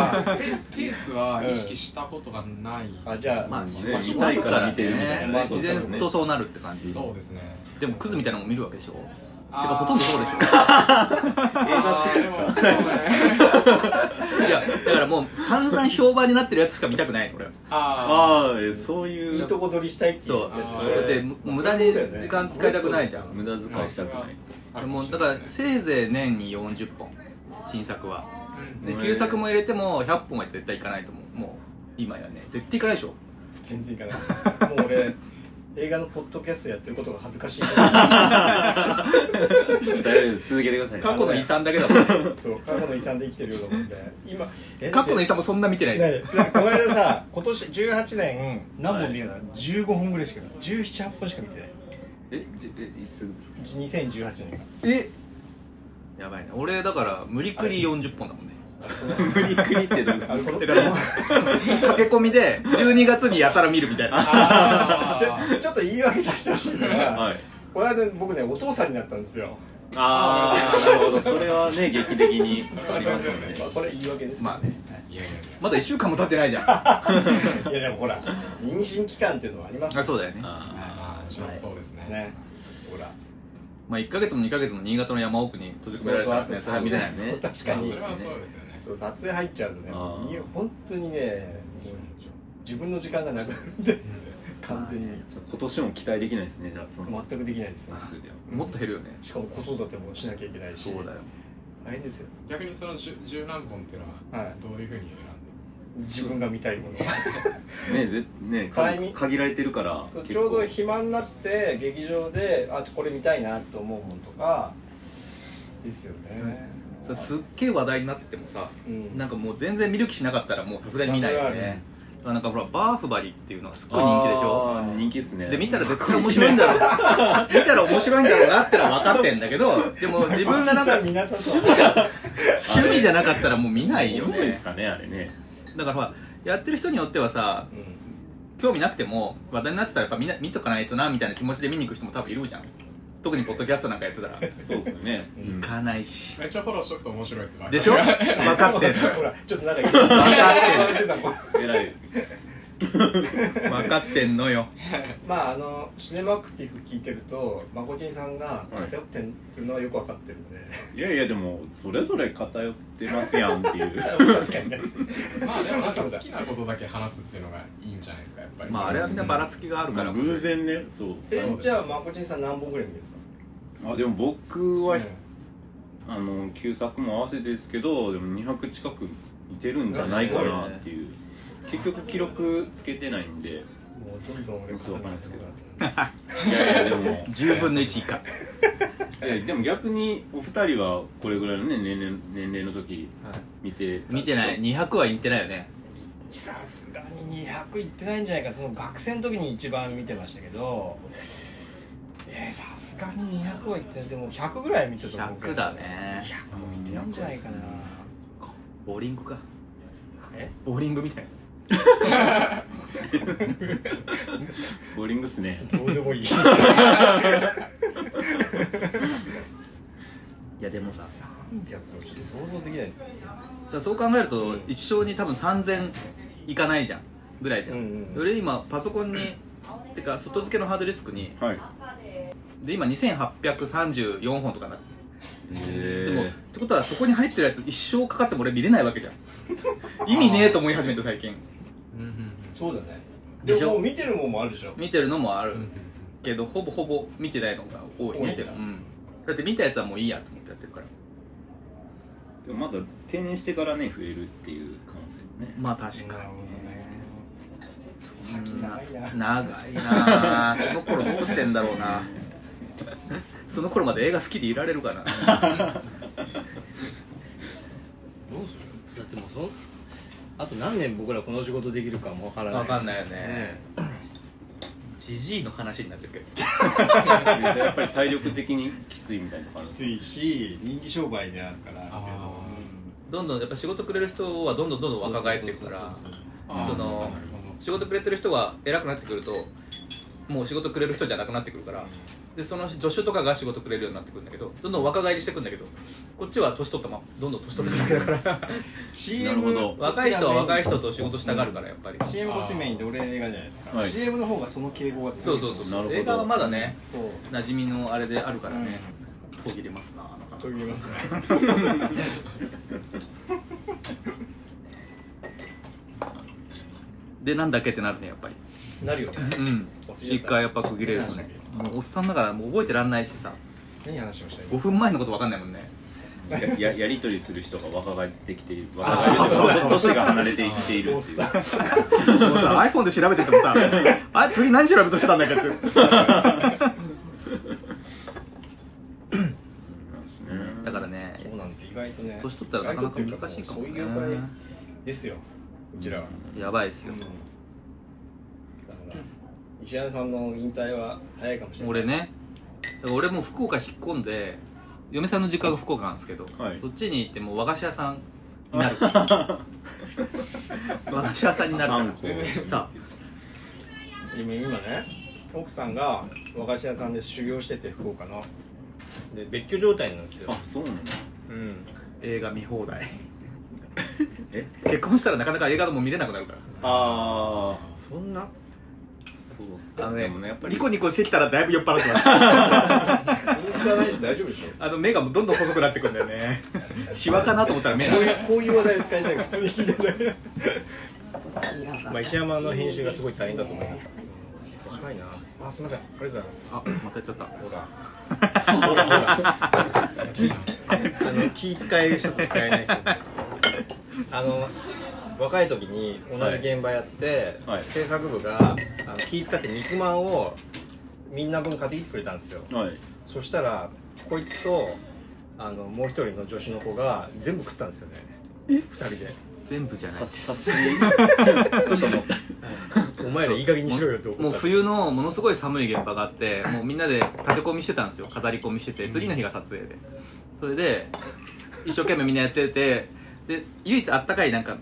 [SPEAKER 3] ペースは意識したことがない
[SPEAKER 2] あじゃあ
[SPEAKER 4] まあ、
[SPEAKER 5] そうね
[SPEAKER 4] まあ
[SPEAKER 5] 見たいから見てるみたいなね
[SPEAKER 4] 自然とそうなるって感じ
[SPEAKER 3] そうですね
[SPEAKER 4] でもクズみたいなのも見るわけでしょかほとんどそうでしょ
[SPEAKER 3] あーでもそうだね
[SPEAKER 4] いやだからもう散々評判になってるやつしか見たくない俺は
[SPEAKER 3] あ
[SPEAKER 5] ああえそうい
[SPEAKER 2] いい
[SPEAKER 5] う
[SPEAKER 2] とこ取りしたいってい
[SPEAKER 4] そうう
[SPEAKER 2] やつ
[SPEAKER 3] あ
[SPEAKER 4] それで
[SPEAKER 2] ま
[SPEAKER 4] む
[SPEAKER 2] あ
[SPEAKER 4] 無駄
[SPEAKER 2] そ
[SPEAKER 4] に
[SPEAKER 2] うだよね
[SPEAKER 4] 時間使いたくないじゃん
[SPEAKER 5] 無駄遣いしたくない
[SPEAKER 3] あ
[SPEAKER 4] もうだからせいぜい年に40本新作は
[SPEAKER 3] う
[SPEAKER 4] で
[SPEAKER 5] へー
[SPEAKER 4] 旧作も入れても100本は絶対いかないと思うもう今やね絶対いかないでしょ
[SPEAKER 2] 全然い かないもう俺映画のポッドキャストやってることが恥ずかしいそ
[SPEAKER 5] 大丈夫です続けてください
[SPEAKER 4] 過去の遺産だけだもんね
[SPEAKER 2] う過去の遺産で生きてるようなもんで今え
[SPEAKER 4] 過去の遺産もそんな見てない
[SPEAKER 2] ねなんかこの間さ今年18年何本見るの、15本ぐらいしか178本しか見てない
[SPEAKER 5] えじえいつですか
[SPEAKER 2] 2018年が
[SPEAKER 4] えやばいね俺だから無理くり40本だもんね
[SPEAKER 5] 無理くりってどういうこと
[SPEAKER 2] あ
[SPEAKER 5] で
[SPEAKER 2] れ
[SPEAKER 5] す
[SPEAKER 2] こ
[SPEAKER 5] か
[SPEAKER 2] の
[SPEAKER 4] だから駆け込みで12月にやたら見るみたいな
[SPEAKER 3] あー
[SPEAKER 2] ちょっと言い訳させてほしいのが、
[SPEAKER 5] はい
[SPEAKER 2] この間僕ねお父さんになったんですよ
[SPEAKER 5] ああなるほどそれはね劇的にありますよね
[SPEAKER 2] まあこれ言い訳です
[SPEAKER 4] まあね
[SPEAKER 3] いやいやいや
[SPEAKER 4] まだ1週間も経ってないじ ゃ
[SPEAKER 2] いやでもほら妊娠期間っていうのはあります
[SPEAKER 4] んあそうだよね
[SPEAKER 5] あ
[SPEAKER 3] あーそうですね
[SPEAKER 2] ねほら
[SPEAKER 4] まあ1ヶ月も2ヶ月も新潟の山奥に閉じ込められたらねそれは見れないね
[SPEAKER 2] そう確かに
[SPEAKER 3] それはそうですよね
[SPEAKER 2] そう撮影入っちゃうとね
[SPEAKER 5] あー
[SPEAKER 2] いや本当にねもう自分の時間がなくなって完全に
[SPEAKER 5] ーじゃあ今年も期待できないですねじゃあその
[SPEAKER 2] 全くできないです
[SPEAKER 5] 算数では
[SPEAKER 4] もっと減るよね
[SPEAKER 2] しかも子育てもしなきゃいけないし
[SPEAKER 4] そうだよ
[SPEAKER 2] 大変ですよ
[SPEAKER 3] 逆にその十十何本っていうの
[SPEAKER 2] は
[SPEAKER 3] はいどういうふうに選んで
[SPEAKER 2] 自分が見たいもの
[SPEAKER 5] ねぜね
[SPEAKER 2] タイミン
[SPEAKER 5] 限限られてるから
[SPEAKER 2] そう
[SPEAKER 5] 結
[SPEAKER 2] ちょ
[SPEAKER 5] 構
[SPEAKER 2] うど暇になって劇場であこれ見たいなと思うものとかですよね
[SPEAKER 4] それすっげえ話題になっててもさ
[SPEAKER 2] うん
[SPEAKER 4] なんかもう全然見る気しなかったらもうさすがに見ないよ
[SPEAKER 2] まあそれはある
[SPEAKER 4] ねだからなんかほらバーフバリっていうのがすっごい人気でしょ
[SPEAKER 5] あー人気っすね
[SPEAKER 4] で見たら絶対面白いんだろう見たら面白いんだろうなってのは分かってんだけどでも自分がなんか
[SPEAKER 2] 実際皆さん
[SPEAKER 4] 趣味じゃ趣味じゃなかったらもう見ないよ
[SPEAKER 5] 重いで
[SPEAKER 4] ね
[SPEAKER 5] すかねあれね
[SPEAKER 4] だからほらやってる人によってはさ
[SPEAKER 2] うん
[SPEAKER 4] 興味なくても話題になってたらやっぱみんな見とかないとなみたいな気持ちで見に行く人も多分いるじゃん特にポッドキャストなんかやってたら行
[SPEAKER 5] そうですよねうん
[SPEAKER 4] かないし
[SPEAKER 3] めっちゃフォローしとくと面白いです
[SPEAKER 4] でしょ分
[SPEAKER 3] あ
[SPEAKER 4] かってんの
[SPEAKER 2] ほらちょっとなんか
[SPEAKER 5] 偉い
[SPEAKER 4] 分かってんのよ
[SPEAKER 2] まああのシネマアクティブ聞いてるとまこちんさんが偏ってくるのはよく分かってるんで、
[SPEAKER 5] いやいやでもそれぞれ偏ってますやんっていう
[SPEAKER 2] 確かにね
[SPEAKER 3] まあでもなんか
[SPEAKER 2] そうだ
[SPEAKER 3] 好きなことだけ話すっていうのがいいんじゃないですかやっぱり
[SPEAKER 4] まああれはみんなばらつきがあるから
[SPEAKER 5] 偶然ねそう
[SPEAKER 2] えじゃあまこちんさん何本ぐらい見ですか
[SPEAKER 5] あでも僕
[SPEAKER 3] う
[SPEAKER 5] は
[SPEAKER 3] ん
[SPEAKER 5] あの旧作も合わせてですけどでも200近く似てるんじゃないかなっていう結局記録つけてない んで
[SPEAKER 2] もうどんどん俺
[SPEAKER 5] 嘘わかんないですけど
[SPEAKER 2] 語らなくなって
[SPEAKER 5] いやいやでも
[SPEAKER 4] 10分の1以下
[SPEAKER 5] えでも逆にお二人はこれぐらいのね年齢年齢の時見て
[SPEAKER 4] 見てない200は言ってないよね
[SPEAKER 2] きたさすがに200いってないんじゃないかその学生の時に一番見てましたけどえーさすがに200はいってないでも100ぐらい見てたと思うけど
[SPEAKER 4] 100だね
[SPEAKER 2] 100はいってないんじゃないかな
[SPEAKER 4] ボーリングか
[SPEAKER 2] え
[SPEAKER 4] ボーリングみたいな
[SPEAKER 5] ボーリングっすね
[SPEAKER 2] どうで もいい
[SPEAKER 4] いやでもさ
[SPEAKER 2] 300とかちょっと想像できない
[SPEAKER 4] じゃあそう考えると一生に多分3000いかないじゃんぐらいじゃ
[SPEAKER 2] うん
[SPEAKER 4] ん
[SPEAKER 2] うん
[SPEAKER 4] 俺今パソコンにてか外付けのハードディスクに
[SPEAKER 5] はい
[SPEAKER 4] で今2834本とかになって
[SPEAKER 5] え
[SPEAKER 4] でもってことはそこに入ってるやつ一生かかっても俺見れないわ けじゃん意味ねえと思い始めた最近
[SPEAKER 3] うんうん
[SPEAKER 2] そうだね
[SPEAKER 4] で
[SPEAKER 2] で
[SPEAKER 4] しょ
[SPEAKER 2] ももう見てるもんもあるでしょ
[SPEAKER 4] 見てるのもある
[SPEAKER 3] うん
[SPEAKER 4] けどほぼほぼ見てないのが多いね
[SPEAKER 2] 多いね
[SPEAKER 4] うんだって見たやつはもういいやと思ってやってるから
[SPEAKER 5] でもまだ定年してからね増えるっていう可能性もね
[SPEAKER 4] まあ確かに
[SPEAKER 2] 先長いな
[SPEAKER 4] 長いなあその頃どうしてんだろうな その頃まで映画好きでいられるかな
[SPEAKER 2] どうするだってもうそあと何年僕らこの仕事できるかもわからない
[SPEAKER 4] わかんないよね
[SPEAKER 2] ね
[SPEAKER 4] ジジイの話になってるけど
[SPEAKER 5] やっぱり体力的にきついみたいなのがあるん
[SPEAKER 2] き
[SPEAKER 5] です
[SPEAKER 2] ついし人気商売であるから
[SPEAKER 3] あー
[SPEAKER 4] どんどんやっぱ仕事くれる人はどんどんどんどん若返っていくから
[SPEAKER 3] あー
[SPEAKER 4] その
[SPEAKER 3] うかなるほど
[SPEAKER 4] 仕事くれてる人が偉くなってくるともう仕事くれる人じゃなくなってくるからでその助手とかが仕事くれるようになってくるんだけどどんどん若返りしてくんだけどこっちは年取ったままどんどん年取ってるだけだから
[SPEAKER 5] な
[SPEAKER 2] CM
[SPEAKER 5] るほど
[SPEAKER 4] 若い人は若い人と仕事したがるからやっぱり
[SPEAKER 2] CM こっちメインで俺映画じゃないですか、
[SPEAKER 5] はい
[SPEAKER 2] CM の方がその傾向が
[SPEAKER 4] そ
[SPEAKER 2] 強
[SPEAKER 4] う
[SPEAKER 2] い
[SPEAKER 4] そうそう
[SPEAKER 5] なるほど
[SPEAKER 4] 映画はまだね
[SPEAKER 2] そう
[SPEAKER 4] 馴染みのあれであるからね、
[SPEAKER 2] う
[SPEAKER 4] 途切れますななかなか
[SPEAKER 2] 途切れますね
[SPEAKER 4] でなんだっけってなるねやっぱり
[SPEAKER 2] なるよね
[SPEAKER 4] うん一回やっぱ区切れるとねもうおっさんだからもう覚えてらんないし さ
[SPEAKER 2] 何話しました
[SPEAKER 4] 5分前のこと分かんないもんね
[SPEAKER 5] やややり取りする人が若返ってきている
[SPEAKER 2] あ
[SPEAKER 5] 若返って
[SPEAKER 2] そう
[SPEAKER 5] き
[SPEAKER 2] そ
[SPEAKER 5] て
[SPEAKER 2] う
[SPEAKER 5] 年が離れていっている
[SPEAKER 2] おっ
[SPEAKER 5] っていう
[SPEAKER 2] さん
[SPEAKER 4] もうさ iPhone で調べてて もさあ次何調べようとしてたんだっけって
[SPEAKER 5] なんですね
[SPEAKER 4] だからね
[SPEAKER 2] そうなんですよ意外とね
[SPEAKER 4] 年取ったらなかなか難しいか
[SPEAKER 2] そ
[SPEAKER 4] も
[SPEAKER 2] う
[SPEAKER 4] ね
[SPEAKER 2] いう業界ですよこちらは、
[SPEAKER 4] やばいです
[SPEAKER 2] う
[SPEAKER 4] よ
[SPEAKER 2] んだから石原さんの引退は早いかもしれない
[SPEAKER 4] 俺ね俺もう福岡引っ込んで嫁さんの実家が福岡なんですけど、
[SPEAKER 5] はい
[SPEAKER 4] そっちに行ってもう和菓子屋さん になる和菓子屋さんになるか
[SPEAKER 5] あ
[SPEAKER 4] ら
[SPEAKER 5] んこ
[SPEAKER 4] さ
[SPEAKER 2] 今今ね奥さんが和菓子屋さんで修行してて福岡ので別居状態なんですよ
[SPEAKER 5] あそうなの
[SPEAKER 2] うん
[SPEAKER 4] 映画見放題
[SPEAKER 5] え
[SPEAKER 4] 結婚したらなかなか映画も見れなくなるから
[SPEAKER 5] ああ
[SPEAKER 2] そんな
[SPEAKER 5] そうっす
[SPEAKER 4] あの
[SPEAKER 5] で
[SPEAKER 4] ね
[SPEAKER 5] もねやっぱり
[SPEAKER 4] ニコニコしてきたらだいぶ酔っ払って ますあ
[SPEAKER 2] 水がないし大丈夫で しょ
[SPEAKER 4] の目がもうどんどん細くなってくんだよねシワかなと思ったら目が
[SPEAKER 2] こういうこういう話題で使いたいから普通に聞いてないまあ石山の編集がすごい大変だと思いますから若いなあすみませんありがとうございます
[SPEAKER 4] あまたやっちゃった
[SPEAKER 2] ほらほらあの気使える人と使えない人あの若い時に同じ現場やって、
[SPEAKER 5] はいはい
[SPEAKER 2] 制作部があの気使って肉まんをみんな分買ってきてくれたんですよ
[SPEAKER 5] はい
[SPEAKER 2] そしたらこいつとあのもう一人の女子の子が全部食ったんですよねえ2人で
[SPEAKER 4] 全部じゃな
[SPEAKER 5] さ
[SPEAKER 4] いです
[SPEAKER 5] さすちょっとも
[SPEAKER 2] 「
[SPEAKER 5] う
[SPEAKER 2] お前らいい加減にしろよ」って怒った
[SPEAKER 4] もう冬のものすごい寒い現場があってもうみんなで立て込みしてたんですよ飾り込みしてて次の日が撮影でそれで一生懸命みんなやっててで唯一あったかいなんか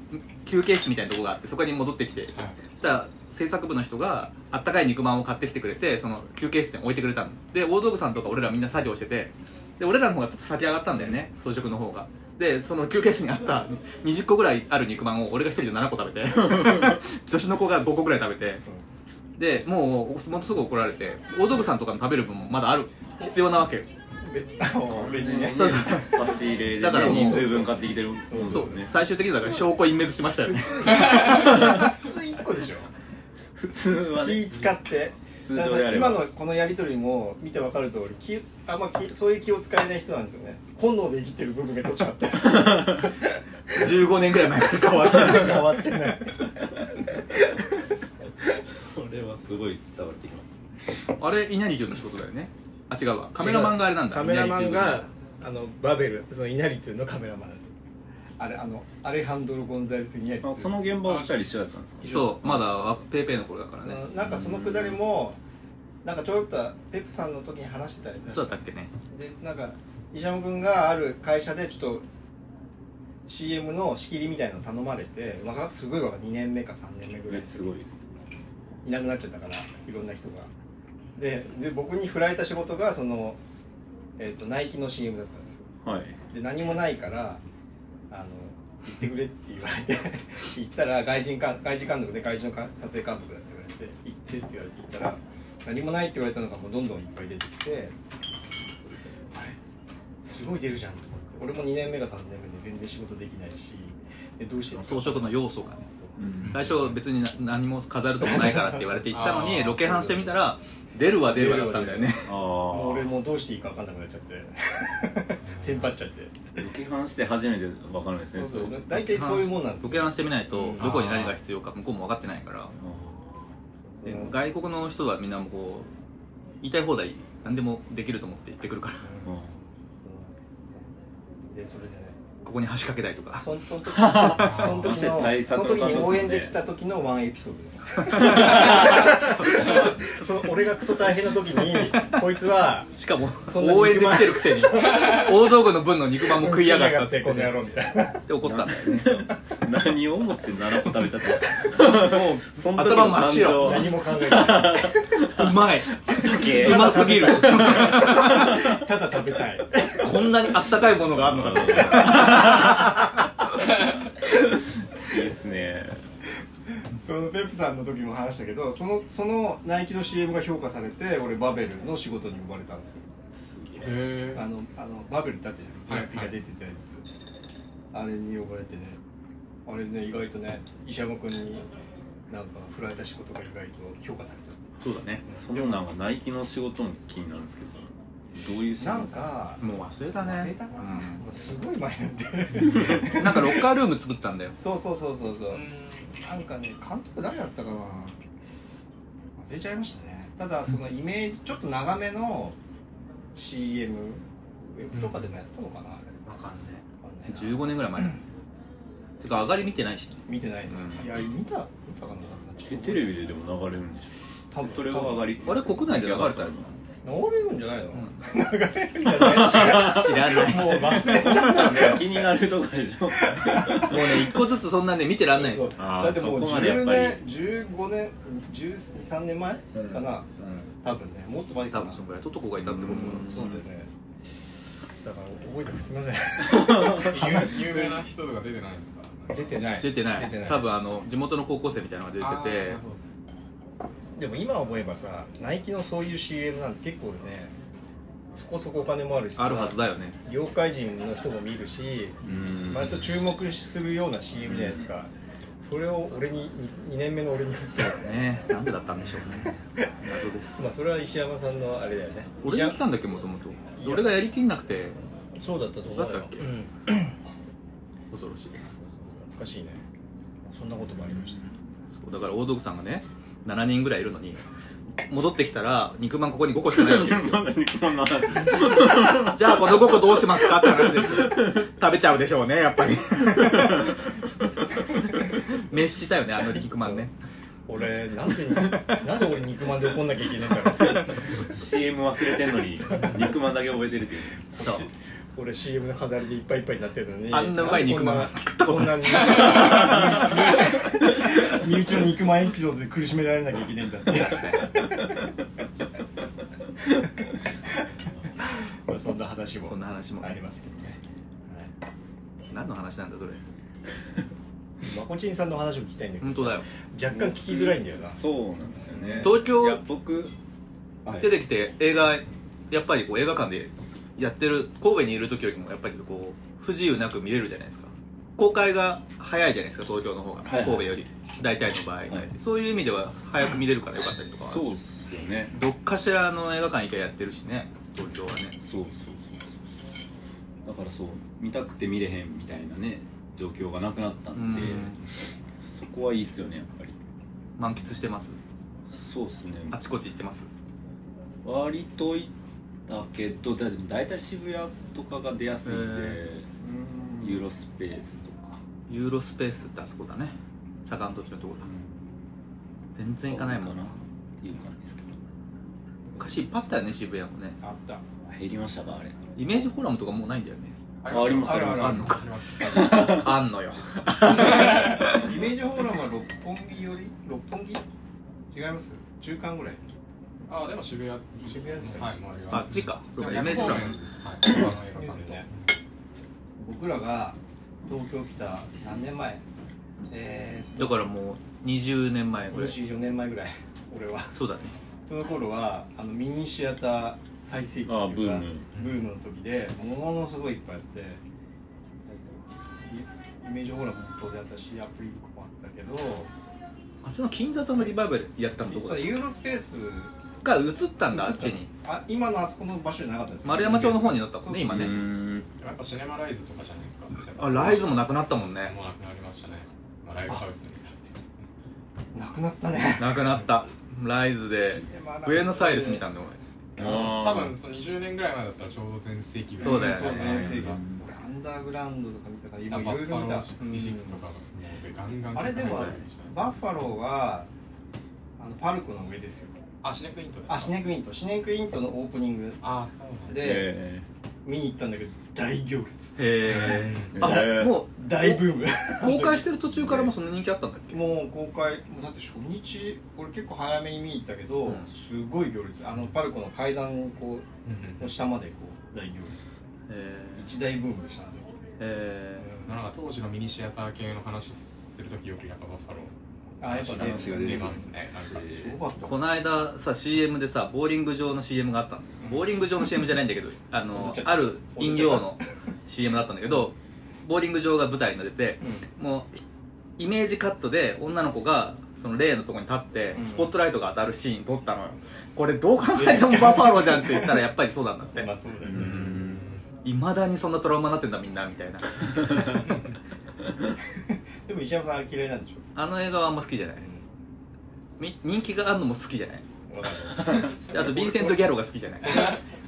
[SPEAKER 4] 休憩室みたいなとこがあってそこに戻ってきて、そしたら制作部の人があったかい肉まんを買ってきてくれてその休憩室に置いてくれたので大道具さんとか俺らみんな作業しててで俺らの方が先上がったんだよね装飾の方がでその休憩室にあった20個ぐらいある肉まんを俺が1人で7個食 べて女子の子が5個ぐらい食べて
[SPEAKER 2] そう
[SPEAKER 4] でもうものすぐ怒られて大道具さんとかの食べる分もまだある必要なわけよ
[SPEAKER 2] べあ の俺にね
[SPEAKER 4] そう
[SPEAKER 5] 差し入れで
[SPEAKER 4] だからもう
[SPEAKER 5] 人数分買ってきてるもんそう
[SPEAKER 4] そう
[SPEAKER 5] ね
[SPEAKER 4] 最終的にだから証拠隠滅しましたよね
[SPEAKER 2] 普通1個でしょ
[SPEAKER 5] 普通はね
[SPEAKER 2] 気使って
[SPEAKER 5] 通常であれば
[SPEAKER 2] だから今のこのやり取りも見てわかる通り気あんま気そういう気を使えない人なんですよね本能で生きてる部分がどっちかって
[SPEAKER 4] 15年ぐらい前から変わっ
[SPEAKER 2] 変わってない
[SPEAKER 5] これはすごい伝わってきます
[SPEAKER 4] あれ稲荷潤の仕事だよねあ違うわカメラマンがあれなんだ
[SPEAKER 2] カメラマン
[SPEAKER 4] 稲荷淳
[SPEAKER 2] があのバベルその稲荷というのカメラマンだあれあのアレハンドロ・ゴンザレス・稲荷ってい
[SPEAKER 5] あ
[SPEAKER 2] う
[SPEAKER 5] その現場は二人一緒だったんですか
[SPEAKER 4] そうまだわペーペーの頃だから
[SPEAKER 2] そ
[SPEAKER 4] ね
[SPEAKER 2] のなんかそのくだりもなんかちょろっとペプさんの時に話してたり
[SPEAKER 4] そうだったっけね
[SPEAKER 2] でなんか石山君がある会社でちょっと CM の仕切りみたいなの頼まれて若すごい若2年目か3年目ぐらい
[SPEAKER 5] ねすごいですね
[SPEAKER 2] いなくなっちゃったからいろんな人がでで僕に振られた仕事がその、えっとナイキの CM だったんですよ
[SPEAKER 5] はい
[SPEAKER 2] で何もないからあの行ってくれって言われて 行ったら外人か外事監督で外人のか撮影監督だって言われて行ってって言われて行ったら何もないって言われたのがもうどんどんいっぱい出てきてあれすごい出るじゃんと思って俺も2年目が3年目で全然仕事できないしでどうしていいか
[SPEAKER 4] 装飾の要素がね
[SPEAKER 2] そう
[SPEAKER 4] 最初別にな何も飾るとこないからって言われて行ったの
[SPEAKER 3] あ
[SPEAKER 4] に
[SPEAKER 3] ー
[SPEAKER 4] ロケハンしてみたら出るわ出るわだったんだよね
[SPEAKER 5] あ
[SPEAKER 2] もう俺
[SPEAKER 5] あ
[SPEAKER 2] もうどうしていいか分かんなくなっちゃって テンパっちゃって
[SPEAKER 5] ロケハンして初めてわかるんです
[SPEAKER 2] そう
[SPEAKER 5] ね
[SPEAKER 2] そ
[SPEAKER 5] れ
[SPEAKER 2] う大体そういうもんなんです
[SPEAKER 4] ロ
[SPEAKER 2] よ
[SPEAKER 4] ケハンしてみないとどこに何が必要か向こうも分かってないからで
[SPEAKER 2] うん
[SPEAKER 4] 外国の人はみんなもこう言いたい放題何でもできると思って言ってくるから
[SPEAKER 5] あーあ
[SPEAKER 2] でそれでね
[SPEAKER 4] ここに橋かけたりとか
[SPEAKER 2] そのその時その時
[SPEAKER 5] 汗対
[SPEAKER 2] のそ
[SPEAKER 5] 策
[SPEAKER 2] の
[SPEAKER 5] の
[SPEAKER 2] 時
[SPEAKER 5] 感
[SPEAKER 2] に
[SPEAKER 5] 動
[SPEAKER 2] 応
[SPEAKER 5] ですね
[SPEAKER 2] 援できた時のワンエピソードです その俺がクソ大変な時にこいつは
[SPEAKER 4] しかも
[SPEAKER 2] そんな肉まん
[SPEAKER 4] 応援で来てるくせに 大道具の分の肉 まんも食いやがったっつ
[SPEAKER 2] 食
[SPEAKER 4] っ
[SPEAKER 2] いやがこの野郎
[SPEAKER 4] て
[SPEAKER 2] みたいな
[SPEAKER 4] で怒ったんだよね
[SPEAKER 5] ー何を思って7個食べちゃったんですか
[SPEAKER 4] も
[SPEAKER 5] その
[SPEAKER 4] う
[SPEAKER 5] 時の
[SPEAKER 4] 頭真っ白
[SPEAKER 5] 感
[SPEAKER 2] 何も考えてないう
[SPEAKER 4] まいううますぎる
[SPEAKER 2] ただ食べたい
[SPEAKER 4] こんなにあったかいものがあるのかと思って
[SPEAKER 5] いいですね
[SPEAKER 2] そのペップさんの時も話したけどそのそのナイキの CM が評価されて俺バベルの仕事に呼ばれたんですよ
[SPEAKER 5] すげ
[SPEAKER 3] へ
[SPEAKER 2] あのあのバブルだってじゃん
[SPEAKER 3] はい
[SPEAKER 2] ERP が出てたやつ、あれに呼ばれてねあれね意外とね石山君になんか振られた仕事が意外と評価され
[SPEAKER 4] そうだね
[SPEAKER 5] そのなんかナイキの仕事も気になるんですけどどういう仕
[SPEAKER 2] た
[SPEAKER 5] 事
[SPEAKER 2] なんか
[SPEAKER 4] もう忘れたね
[SPEAKER 2] 忘れたかな、もうすごい前なんで
[SPEAKER 4] うん なんかロッカールーム作ったんだよ
[SPEAKER 2] そうそうそうそうそうう、
[SPEAKER 3] ん
[SPEAKER 2] なんかね監督誰だったかな忘れちゃいましたねただそのイメージちょっと長めの CM ウェブとかでもやったのかな、あれ
[SPEAKER 4] わかんね
[SPEAKER 2] わかんないな
[SPEAKER 4] 15年ぐらい前てか上がり見てないしね
[SPEAKER 2] 見てないね、
[SPEAKER 4] うん
[SPEAKER 2] いや見た見たかな
[SPEAKER 5] テテレビででも流れるんでし
[SPEAKER 2] 多
[SPEAKER 5] ょ
[SPEAKER 2] 分
[SPEAKER 5] それが上がり
[SPEAKER 4] あれ国内で流れたやつなの
[SPEAKER 2] 流れるんじゃないの、
[SPEAKER 4] ん
[SPEAKER 2] 流れるんじゃない
[SPEAKER 4] 知らない
[SPEAKER 2] もう 忘れちゃったんだよ
[SPEAKER 5] 気になるとこでしょ
[SPEAKER 4] もうね一個ずつそんなんで見てらんないんですよ、
[SPEAKER 5] あー
[SPEAKER 2] だってもう
[SPEAKER 5] そこまでや
[SPEAKER 2] 10
[SPEAKER 5] っぱり
[SPEAKER 2] 年15年123年前かな、
[SPEAKER 4] うん、
[SPEAKER 2] 多分ねもっと前か
[SPEAKER 4] 多
[SPEAKER 2] な
[SPEAKER 4] 分そのぐらいトトコがいたってこと
[SPEAKER 2] うんそうだよねだから覚えてすみません
[SPEAKER 3] 有有名な人とか出てないですか
[SPEAKER 2] 出てない
[SPEAKER 4] 出てない
[SPEAKER 2] 出てない
[SPEAKER 4] 多分あの地元の高校生みたいなのが出てて
[SPEAKER 2] でも今思えばさナイキのそういう CM なんて結構ねそこそこお金もあるし
[SPEAKER 4] あるはずだよね
[SPEAKER 2] 業界人の人も見るし
[SPEAKER 5] うん
[SPEAKER 2] 割と注目するような CM じゃないですか、それを俺に 2, 年目の俺に言ってた
[SPEAKER 4] ねなんでだったんでしょうね謎です
[SPEAKER 2] まあそれは石山さんのあれだよね
[SPEAKER 4] 俺に来
[SPEAKER 2] 石山
[SPEAKER 4] たんだっけもともと俺がやりきんなくて
[SPEAKER 2] そうだったと思うよ
[SPEAKER 4] そうだったっけ
[SPEAKER 2] うん
[SPEAKER 4] 恐ろしい
[SPEAKER 2] 懐かしいねそんなこともありました
[SPEAKER 4] そうだから大道具さんがね7人ぐらいいるのに戻ってきたら肉まんここに5個しかないわけですよ
[SPEAKER 5] こ んな話
[SPEAKER 4] じゃあこの5個どうしますかって話ですよ食べちゃうでしょうねやっぱ り滅したよねあの肉まんね
[SPEAKER 2] 俺なんで なんで俺肉まんで怒んなきゃいけないんだろう
[SPEAKER 5] CM 忘れてんのに肉まんだけ覚えてるっていう
[SPEAKER 4] そう
[SPEAKER 2] 俺 CM の飾りでいっぱいいっぱいになってるのに
[SPEAKER 4] あんなうまい肉まん
[SPEAKER 2] なんで
[SPEAKER 4] 食ったこ
[SPEAKER 2] ことん
[SPEAKER 4] な
[SPEAKER 2] なこんなに身内の 肉まんエピソードで苦しめられなきゃいけないんだって まあそんな話も
[SPEAKER 4] そんな話も
[SPEAKER 2] ありますけどね
[SPEAKER 4] 何の話なんだそれ
[SPEAKER 2] まこちんさんの話を聞きたいんだけど
[SPEAKER 4] 本当だよ
[SPEAKER 2] 若干聞きづらいんだよな
[SPEAKER 5] そうなんですよね
[SPEAKER 4] 東京
[SPEAKER 5] いや僕はい
[SPEAKER 4] 出てきて映画やっぱりこう映画館でやってる神戸にいる時よりもやっぱりこう不自由なく見れるじゃないですか公開が早いじゃないですか東京の方が、
[SPEAKER 5] はいはい
[SPEAKER 4] 神戸より大体の場合、
[SPEAKER 5] い
[SPEAKER 4] そういう意味では早く見れるからよかったりとかはあるし
[SPEAKER 5] そうっすよね
[SPEAKER 4] どっかしらの映画館一回やってるしね東京はね
[SPEAKER 5] そうそうそうそうだからそう見たくて見れへんみたいなね状況がなくなったんで
[SPEAKER 4] うん
[SPEAKER 5] そこはいいっすよねやっぱり
[SPEAKER 4] 満喫してます
[SPEAKER 5] そうっすね
[SPEAKER 4] あちこち行ってます
[SPEAKER 5] 割と行ったけどだ大体渋谷とかが出やすいんで、
[SPEAKER 4] へ
[SPEAKER 5] ユーロスペースとか、
[SPEAKER 4] ユーロスペースってあそこだね坂の途中のところだ全然行かないも
[SPEAKER 5] な
[SPEAKER 4] ん
[SPEAKER 5] っ
[SPEAKER 4] な
[SPEAKER 5] ていう感じですけど
[SPEAKER 4] 昔いっぱいあったよね渋谷もね
[SPEAKER 2] あった
[SPEAKER 5] 減りましたかあれ
[SPEAKER 4] イメージフォーラムとかもうないんだよ ね
[SPEAKER 5] あありますあります
[SPEAKER 4] あんのか
[SPEAKER 3] あります
[SPEAKER 4] あんのよ
[SPEAKER 2] イメージフォーラムは六本木より六本木違います中間ぐらい
[SPEAKER 3] ああでも渋谷
[SPEAKER 2] 渋谷ですか
[SPEAKER 3] はい周りは
[SPEAKER 4] あっちかそうかイ
[SPEAKER 3] イ
[SPEAKER 4] メ
[SPEAKER 3] メ
[SPEAKER 4] ー
[SPEAKER 3] ー
[SPEAKER 4] ジ
[SPEAKER 3] ジ
[SPEAKER 4] フ
[SPEAKER 3] フラ
[SPEAKER 4] ォーラ
[SPEAKER 3] ム
[SPEAKER 4] ム
[SPEAKER 3] ですはいあの
[SPEAKER 2] です
[SPEAKER 3] 映画館
[SPEAKER 2] よ
[SPEAKER 3] と
[SPEAKER 2] ね僕らが東京来た何年前えー
[SPEAKER 4] だからもう20年前ぐらい
[SPEAKER 2] 24年前ぐらい俺は
[SPEAKER 4] そうだね
[SPEAKER 2] その頃はあのミニシアター最盛期っていうか
[SPEAKER 5] あーブーム
[SPEAKER 2] ブームの時でものすごいいっぱいあってイイメージフォーラムも当然あったしアプリブックもあったけど
[SPEAKER 4] あっちの金座さんのリバイバルやってたのど
[SPEAKER 2] 実
[SPEAKER 4] こだ
[SPEAKER 2] はユーロスペース
[SPEAKER 4] が移ったんだあっちに
[SPEAKER 2] あ今のあそこの場所じゃなかったです
[SPEAKER 4] 丸山町の方になったもんね
[SPEAKER 2] そう
[SPEAKER 4] 今
[SPEAKER 5] うー
[SPEAKER 4] ね
[SPEAKER 5] ん
[SPEAKER 3] やっぱシネマライズとかじゃないですか
[SPEAKER 4] あライズもなくなった
[SPEAKER 3] も
[SPEAKER 4] もん
[SPEAKER 3] ん
[SPEAKER 4] ね
[SPEAKER 3] もうなくなりましたねまあライブハウスに
[SPEAKER 2] な
[SPEAKER 3] なって
[SPEAKER 2] くなったね
[SPEAKER 4] なくなったライズでウェノスアイレス見たんだ俺
[SPEAKER 5] あー
[SPEAKER 3] 多分その20年ぐらい前だったらちょうど全盛期ぐらい
[SPEAKER 4] そうだよね
[SPEAKER 2] そうね
[SPEAKER 3] 全盛期
[SPEAKER 2] 俺アンダーグラウンドとか見たからい
[SPEAKER 3] バッフ
[SPEAKER 2] ろいろ見
[SPEAKER 3] ァロ
[SPEAKER 2] た
[SPEAKER 3] ー66とかもうガンガン
[SPEAKER 2] あれでも
[SPEAKER 3] かかってるじゃない
[SPEAKER 2] バッファローはあのパルコの上ですよ
[SPEAKER 3] あシネクイントですか
[SPEAKER 2] あシネクイントシネクイントのオープニング
[SPEAKER 3] あーそうなんだ
[SPEAKER 2] で
[SPEAKER 5] え
[SPEAKER 2] 見に行ったんだけど大行列
[SPEAKER 4] へえあ
[SPEAKER 5] へー
[SPEAKER 4] もう
[SPEAKER 2] 大ブーム
[SPEAKER 4] 公開してる途中からもうそんな人気あったんだっけ
[SPEAKER 2] もう公開もうだって初日俺結構早めに見に行ったけど、
[SPEAKER 4] うん
[SPEAKER 2] すごい行列あのパルコの階段こうの下までこう大行列
[SPEAKER 4] え
[SPEAKER 2] 一大ブームでしたあの時
[SPEAKER 4] え
[SPEAKER 3] なんか当時のミニシアター系の話するときよくやっぱバッファロー
[SPEAKER 2] あやっぱね
[SPEAKER 5] 話が出て
[SPEAKER 3] 出
[SPEAKER 5] くる
[SPEAKER 3] ますねなんか
[SPEAKER 5] え
[SPEAKER 2] すごかった
[SPEAKER 4] この間さ CM でさボーリング場の CM があったのボーリング場の CM じゃないんだけどあ
[SPEAKER 2] 踊っ
[SPEAKER 4] の
[SPEAKER 2] ちゃった
[SPEAKER 4] ある飲料の CM だったんだけどボーリング場が舞台に出てもうイメージカットで女の子がその例のとこに立って
[SPEAKER 2] うん
[SPEAKER 4] スポットライトが当たるシーン撮ったのよこれどう考えてもバファローじゃんって言ったらやっぱりそうなんだっ
[SPEAKER 2] う
[SPEAKER 4] て
[SPEAKER 2] んまあそうだよ
[SPEAKER 5] う
[SPEAKER 2] ね
[SPEAKER 5] ん
[SPEAKER 4] いまだにそんなトラウマになってんだみんなみたいな
[SPEAKER 2] でも石山さんあれ嫌いなんでしょ
[SPEAKER 4] あの映画はあんま好きじゃないみ人気があるのも好きじゃない
[SPEAKER 2] わ かんない
[SPEAKER 4] であとヴィンセント・ギャロが好きじゃない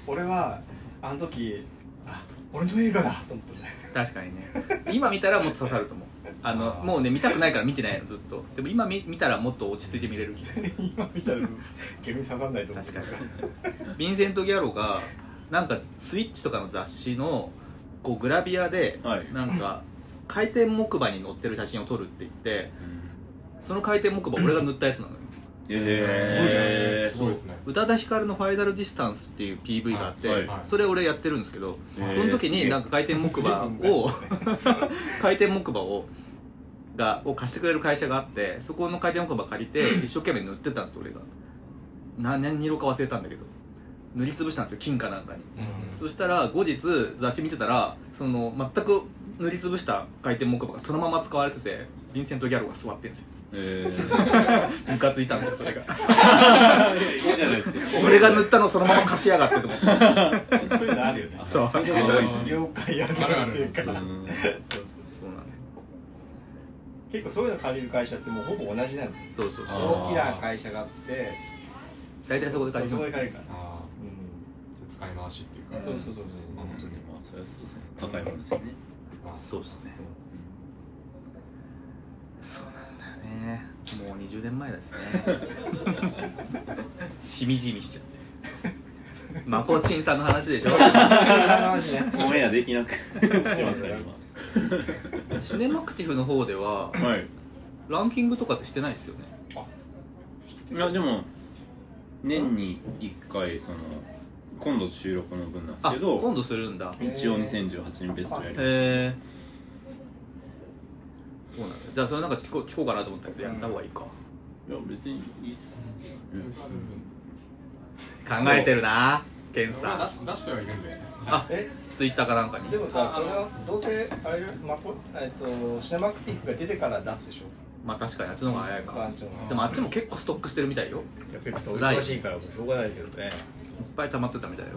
[SPEAKER 2] 俺は俺はあの時あ俺の映画だと思ったね
[SPEAKER 4] 確かにね今見たらもっと刺さると思うあの
[SPEAKER 3] あー
[SPEAKER 4] もうね見たくないから見てないのずっとでも今見見たらもっと落ち着いて見れる気がする
[SPEAKER 2] 今見た ら逆に刺さんないと思う
[SPEAKER 4] 確かにヴィンセント・ギャロがなんかスイッチとかの雑誌のこうグラビアで
[SPEAKER 5] はい
[SPEAKER 4] なんか回転木馬に乗ってる写真を撮るって言ってその回転木馬俺が塗ったやつなのよ
[SPEAKER 5] え
[SPEAKER 3] すごいですね
[SPEAKER 4] 宇多田ヒカルの「ファイナルディスタンス」っていう PV があって、
[SPEAKER 5] はい
[SPEAKER 3] はい
[SPEAKER 4] それ俺やってるんですけど、
[SPEAKER 5] へー
[SPEAKER 4] その時になんか回転木馬を 回転木馬をがを貸してくれる会社があってそこの回転木馬借り て一生懸命塗ってたんです俺がな何色か忘れたんだけど塗りつぶしたんですよ金かなんかに、
[SPEAKER 3] うん
[SPEAKER 4] そしたら後日雑誌見てたらその全く塗りつぶした回転木馬がそのまま使われててヴィンセント・ギャロが座ってんですよムカついたんですよ それが
[SPEAKER 5] いいじゃない ですか
[SPEAKER 4] 俺が塗ったのそのまま貸しやがってと思って
[SPEAKER 2] そういうのあるよね
[SPEAKER 4] そう
[SPEAKER 2] そういうのは業界あるあるっていうか
[SPEAKER 5] う
[SPEAKER 2] そうそう
[SPEAKER 5] ん
[SPEAKER 2] そう
[SPEAKER 4] そうなんだよ
[SPEAKER 2] 結構そういうの借りる会社ってもうほぼ同じなんですよ
[SPEAKER 4] そうそうそう
[SPEAKER 5] あ
[SPEAKER 2] 大
[SPEAKER 5] ー
[SPEAKER 2] きな会社があって
[SPEAKER 4] 大体そこで
[SPEAKER 2] そ
[SPEAKER 4] 借
[SPEAKER 2] うそ
[SPEAKER 4] りる
[SPEAKER 2] こで借りるから
[SPEAKER 3] あー使い回しっていうか
[SPEAKER 2] そうそうそうそう
[SPEAKER 3] まあ本当に
[SPEAKER 5] まあそりゃそうですね高いもんですよね
[SPEAKER 3] まあ
[SPEAKER 4] そうっすねそうなんだよねもう20年前ですねしみじみしちゃってまこちんさんの話でしょ
[SPEAKER 2] あの話ね
[SPEAKER 5] オンエアできなくしてますから今
[SPEAKER 4] シネマクティブの方では
[SPEAKER 5] はい
[SPEAKER 4] ランキングとかってしてないですよね
[SPEAKER 5] いやでも年に1回その今度収録の分なんです
[SPEAKER 4] あ
[SPEAKER 5] け
[SPEAKER 4] 今
[SPEAKER 5] ど
[SPEAKER 4] 度するんだへ
[SPEAKER 5] 一応2018年ベストやりまし
[SPEAKER 4] えそうなんだじゃあそれなんか聞こう聞こうかなと思ったけどやった方がいいか、
[SPEAKER 5] たいや別にいいっすうん
[SPEAKER 4] 考えてるなケン
[SPEAKER 3] まあ
[SPEAKER 4] さ
[SPEAKER 3] 出し出してはいるんで
[SPEAKER 4] んあ
[SPEAKER 2] え
[SPEAKER 4] ツイッターかなんかに
[SPEAKER 2] でもさ
[SPEAKER 3] あ
[SPEAKER 2] それはどうせあれよマコえっとシネマクティックが出てから出すでしょ
[SPEAKER 4] まあ確かにあっちの方が早い
[SPEAKER 2] さ
[SPEAKER 4] か
[SPEAKER 2] んちゃん
[SPEAKER 4] でもあっちも結構ストックしてるみたいよい
[SPEAKER 2] やっぱり
[SPEAKER 4] ない
[SPEAKER 2] 忙しいからもうしょうがないけどね
[SPEAKER 4] っぱい溜まってたみたいよ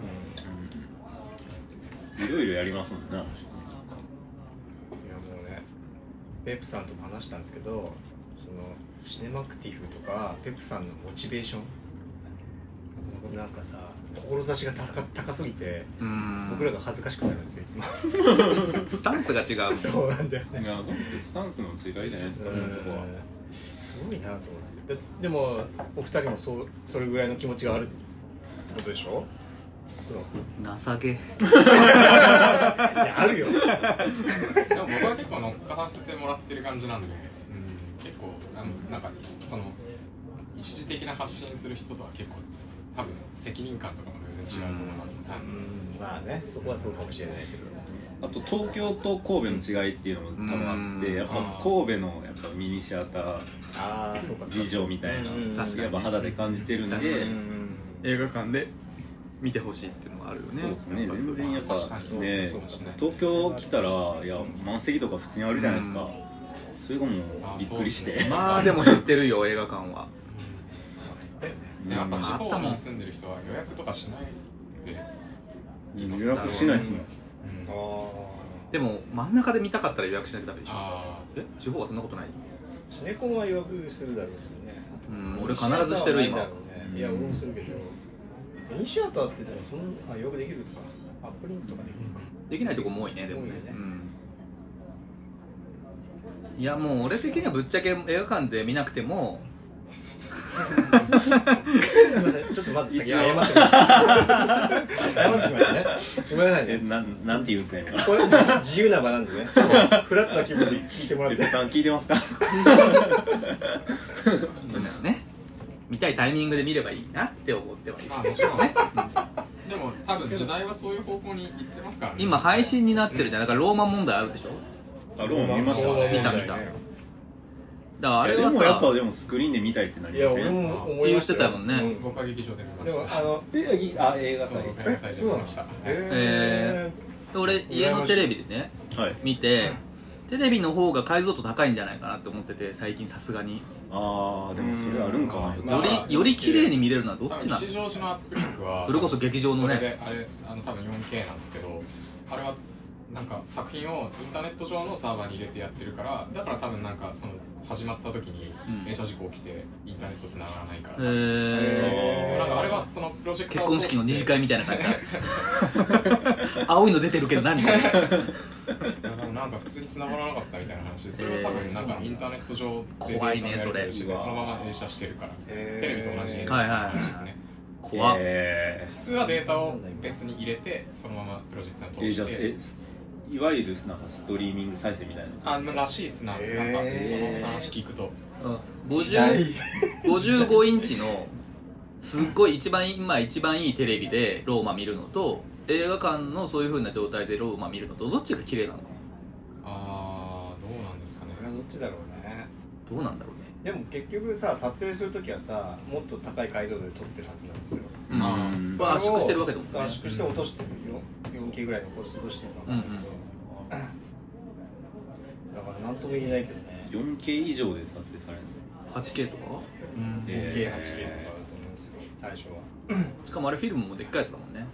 [SPEAKER 5] いろいろやりますもんね
[SPEAKER 2] いやもうねペプさんとも話したんですけどそのシネマクティフとかペプさんのモチベーションなんかさ志が高高すぎて
[SPEAKER 4] うーん
[SPEAKER 2] 僕らが恥ずかしくなるんですよいつも
[SPEAKER 4] スタンスが違 う
[SPEAKER 2] そうなんだよ
[SPEAKER 5] いやだってスタンスの違いじゃないですか
[SPEAKER 2] うん
[SPEAKER 5] そこは
[SPEAKER 2] すごいなと思ってででもお二人もそうそれぐらいの気持ちがあるってことでし ょどう
[SPEAKER 4] 情け
[SPEAKER 2] いやある よ
[SPEAKER 3] でも僕は結構乗っからせてもらってる感じなんで、うん、結構あのなんかその一時的な発信する人とは結構多分責任感とかも全然違うと思います、はい
[SPEAKER 2] うんまあねそこはそうかもしれないけど
[SPEAKER 5] あと東京と神戸の違いっていうのも多分あって
[SPEAKER 4] うん
[SPEAKER 5] やっぱ神戸のやっぱミニシアター
[SPEAKER 2] ああそうかそうか
[SPEAKER 5] 事情みたいな
[SPEAKER 2] うん
[SPEAKER 4] 確かに
[SPEAKER 5] やっぱ肌で感じてるんで
[SPEAKER 4] 確か
[SPEAKER 2] うん
[SPEAKER 4] 映画館で見てほしいっていうのもあるよね
[SPEAKER 5] そうですね
[SPEAKER 4] やっぱ
[SPEAKER 5] 全然やっぱ
[SPEAKER 3] 確かに
[SPEAKER 5] ね
[SPEAKER 3] そうですね
[SPEAKER 5] 東京来たらいや満席とか普通にあるじゃないです
[SPEAKER 4] う
[SPEAKER 5] か
[SPEAKER 4] ん
[SPEAKER 5] それがもうびっくりして
[SPEAKER 3] あそうっすね
[SPEAKER 4] まあでも減ってるよ映画館は
[SPEAKER 3] でやっぱ地
[SPEAKER 4] まあ
[SPEAKER 3] 方
[SPEAKER 4] 頭
[SPEAKER 3] に住んでる人は予約とかしないで、
[SPEAKER 5] うん予約しないっすもん
[SPEAKER 3] うん
[SPEAKER 2] あ
[SPEAKER 3] あ
[SPEAKER 4] でも真ん中で見たかったら予約しなきゃダメでしょ
[SPEAKER 3] あ
[SPEAKER 4] え地方はそんなことない
[SPEAKER 2] ーシネコンは予約するだろうね
[SPEAKER 4] うん俺必ずしてる
[SPEAKER 2] シアターはな
[SPEAKER 4] 今
[SPEAKER 2] いだろうねいや俺もするけどミニシアターってでもそんあ予約できるとかアップリンクとかできるか
[SPEAKER 4] できないとこも多いねでもね
[SPEAKER 2] 多いね
[SPEAKER 4] うんいやもう俺的にはぶっちゃけ映画館で見なくても
[SPEAKER 2] すみませんちょっとまず先謝ってください謝ってくださいねごめんなさい
[SPEAKER 5] え
[SPEAKER 2] ね
[SPEAKER 5] なんなんて言うんですか今
[SPEAKER 2] これ自由な場なんでねちょっとフラットな気分で聞いてもらっ
[SPEAKER 5] ペ
[SPEAKER 2] て
[SPEAKER 5] ペさん聞いてますか
[SPEAKER 4] なんだろうね見たいタイミングで見ればいいなって思ってはいる
[SPEAKER 3] まあもちろんねでも多分時代はそういう方向に行ってますからね
[SPEAKER 4] 今配信になってるじゃんだからローマ問題あるでしょ
[SPEAKER 5] あローン見ました
[SPEAKER 2] ローマ
[SPEAKER 5] ね
[SPEAKER 4] 見た見た
[SPEAKER 2] 問題ね
[SPEAKER 4] だからあれ
[SPEAKER 5] いや
[SPEAKER 4] は
[SPEAKER 5] でもや
[SPEAKER 4] さ
[SPEAKER 5] っぱでもスクリーンで見たいってなり
[SPEAKER 2] いや
[SPEAKER 5] ませ
[SPEAKER 2] 俺
[SPEAKER 5] ん
[SPEAKER 2] も思いましたよ
[SPEAKER 4] 言ってたもんね
[SPEAKER 2] う
[SPEAKER 3] 僕は劇場で見ま
[SPEAKER 2] でも
[SPEAKER 3] した
[SPEAKER 2] あの
[SPEAKER 5] あ映画
[SPEAKER 3] そ
[SPEAKER 5] 祭
[SPEAKER 3] う映画祭で見ました
[SPEAKER 2] え
[SPEAKER 4] で俺家のテレビでね
[SPEAKER 5] はい
[SPEAKER 4] 見てテレビの方が解像度高いんじゃないかなって思ってて最近さすがに
[SPEAKER 5] ああでもそれあるんかな
[SPEAKER 3] うん
[SPEAKER 4] よ
[SPEAKER 3] まあ
[SPEAKER 4] りより綺麗に見れるのはどっちなの
[SPEAKER 3] 吉祥寺のアップリンクは
[SPEAKER 4] それこそ劇場のね
[SPEAKER 3] それであれあの多分 4K なんですけどあれはなんか作品をインターネット上のサーバーに入れてやってるからだから多分なんかその始まった時に
[SPEAKER 4] うん
[SPEAKER 3] 連射事故起きてインターネット繋がらないから、
[SPEAKER 5] ー
[SPEAKER 4] え
[SPEAKER 3] なんかあれはそのプロジェ
[SPEAKER 4] ー
[SPEAKER 3] クターを
[SPEAKER 4] 結
[SPEAKER 3] 通
[SPEAKER 4] 婚
[SPEAKER 3] して
[SPEAKER 4] 式の二次会みたいな感じだ青いの出てるけど何こ
[SPEAKER 3] い
[SPEAKER 4] れ
[SPEAKER 3] やでもなんか普通に繋がらなかったみたいな話でそれは多分なんかインターネット上で
[SPEAKER 4] 怖いね
[SPEAKER 3] データのやり取りして
[SPEAKER 5] それ
[SPEAKER 3] てそのまま映写してるから
[SPEAKER 2] へー
[SPEAKER 3] テレビと同じ映像
[SPEAKER 4] は
[SPEAKER 3] の
[SPEAKER 4] いはい
[SPEAKER 3] 話ですね
[SPEAKER 4] 怖っ
[SPEAKER 5] え
[SPEAKER 3] 普通はデータを別に入れてそのままプロジェクター
[SPEAKER 5] ーえ
[SPEAKER 3] に
[SPEAKER 5] じゃ
[SPEAKER 3] 通
[SPEAKER 5] あ
[SPEAKER 3] して
[SPEAKER 5] えすいわゆるなんかストリーミング再生みたいな
[SPEAKER 3] あのらしいっすな、なんかそ
[SPEAKER 2] へー
[SPEAKER 3] の話聞くと
[SPEAKER 4] うん
[SPEAKER 2] 時代
[SPEAKER 4] 50 55インチのすっごい一番今一番いいテレビでローマ見るのと映画館のそういう風な状態でローマ見るのとどっちが綺麗なのか
[SPEAKER 3] あーどうなんですかね
[SPEAKER 2] 俺はどっちだろうね
[SPEAKER 4] どうなんだろうね
[SPEAKER 2] でも結局さ撮影する時はさもっと高い解像度で撮ってるはずなんですよ
[SPEAKER 3] あー
[SPEAKER 5] うん
[SPEAKER 4] それは圧縮してるわけでも
[SPEAKER 2] そう
[SPEAKER 4] ない
[SPEAKER 2] 圧縮して落としてる 4- 4K ぐらいのコスト落としてるのかな
[SPEAKER 4] うん
[SPEAKER 2] だから何とも言えないけどね
[SPEAKER 5] 4K 以上で撮影されるんですか
[SPEAKER 4] 8K とか
[SPEAKER 3] うん
[SPEAKER 5] え
[SPEAKER 2] 4K8K とかあると思うんですよ最初は
[SPEAKER 4] しかもあれフィルムもでっかいやつだもんね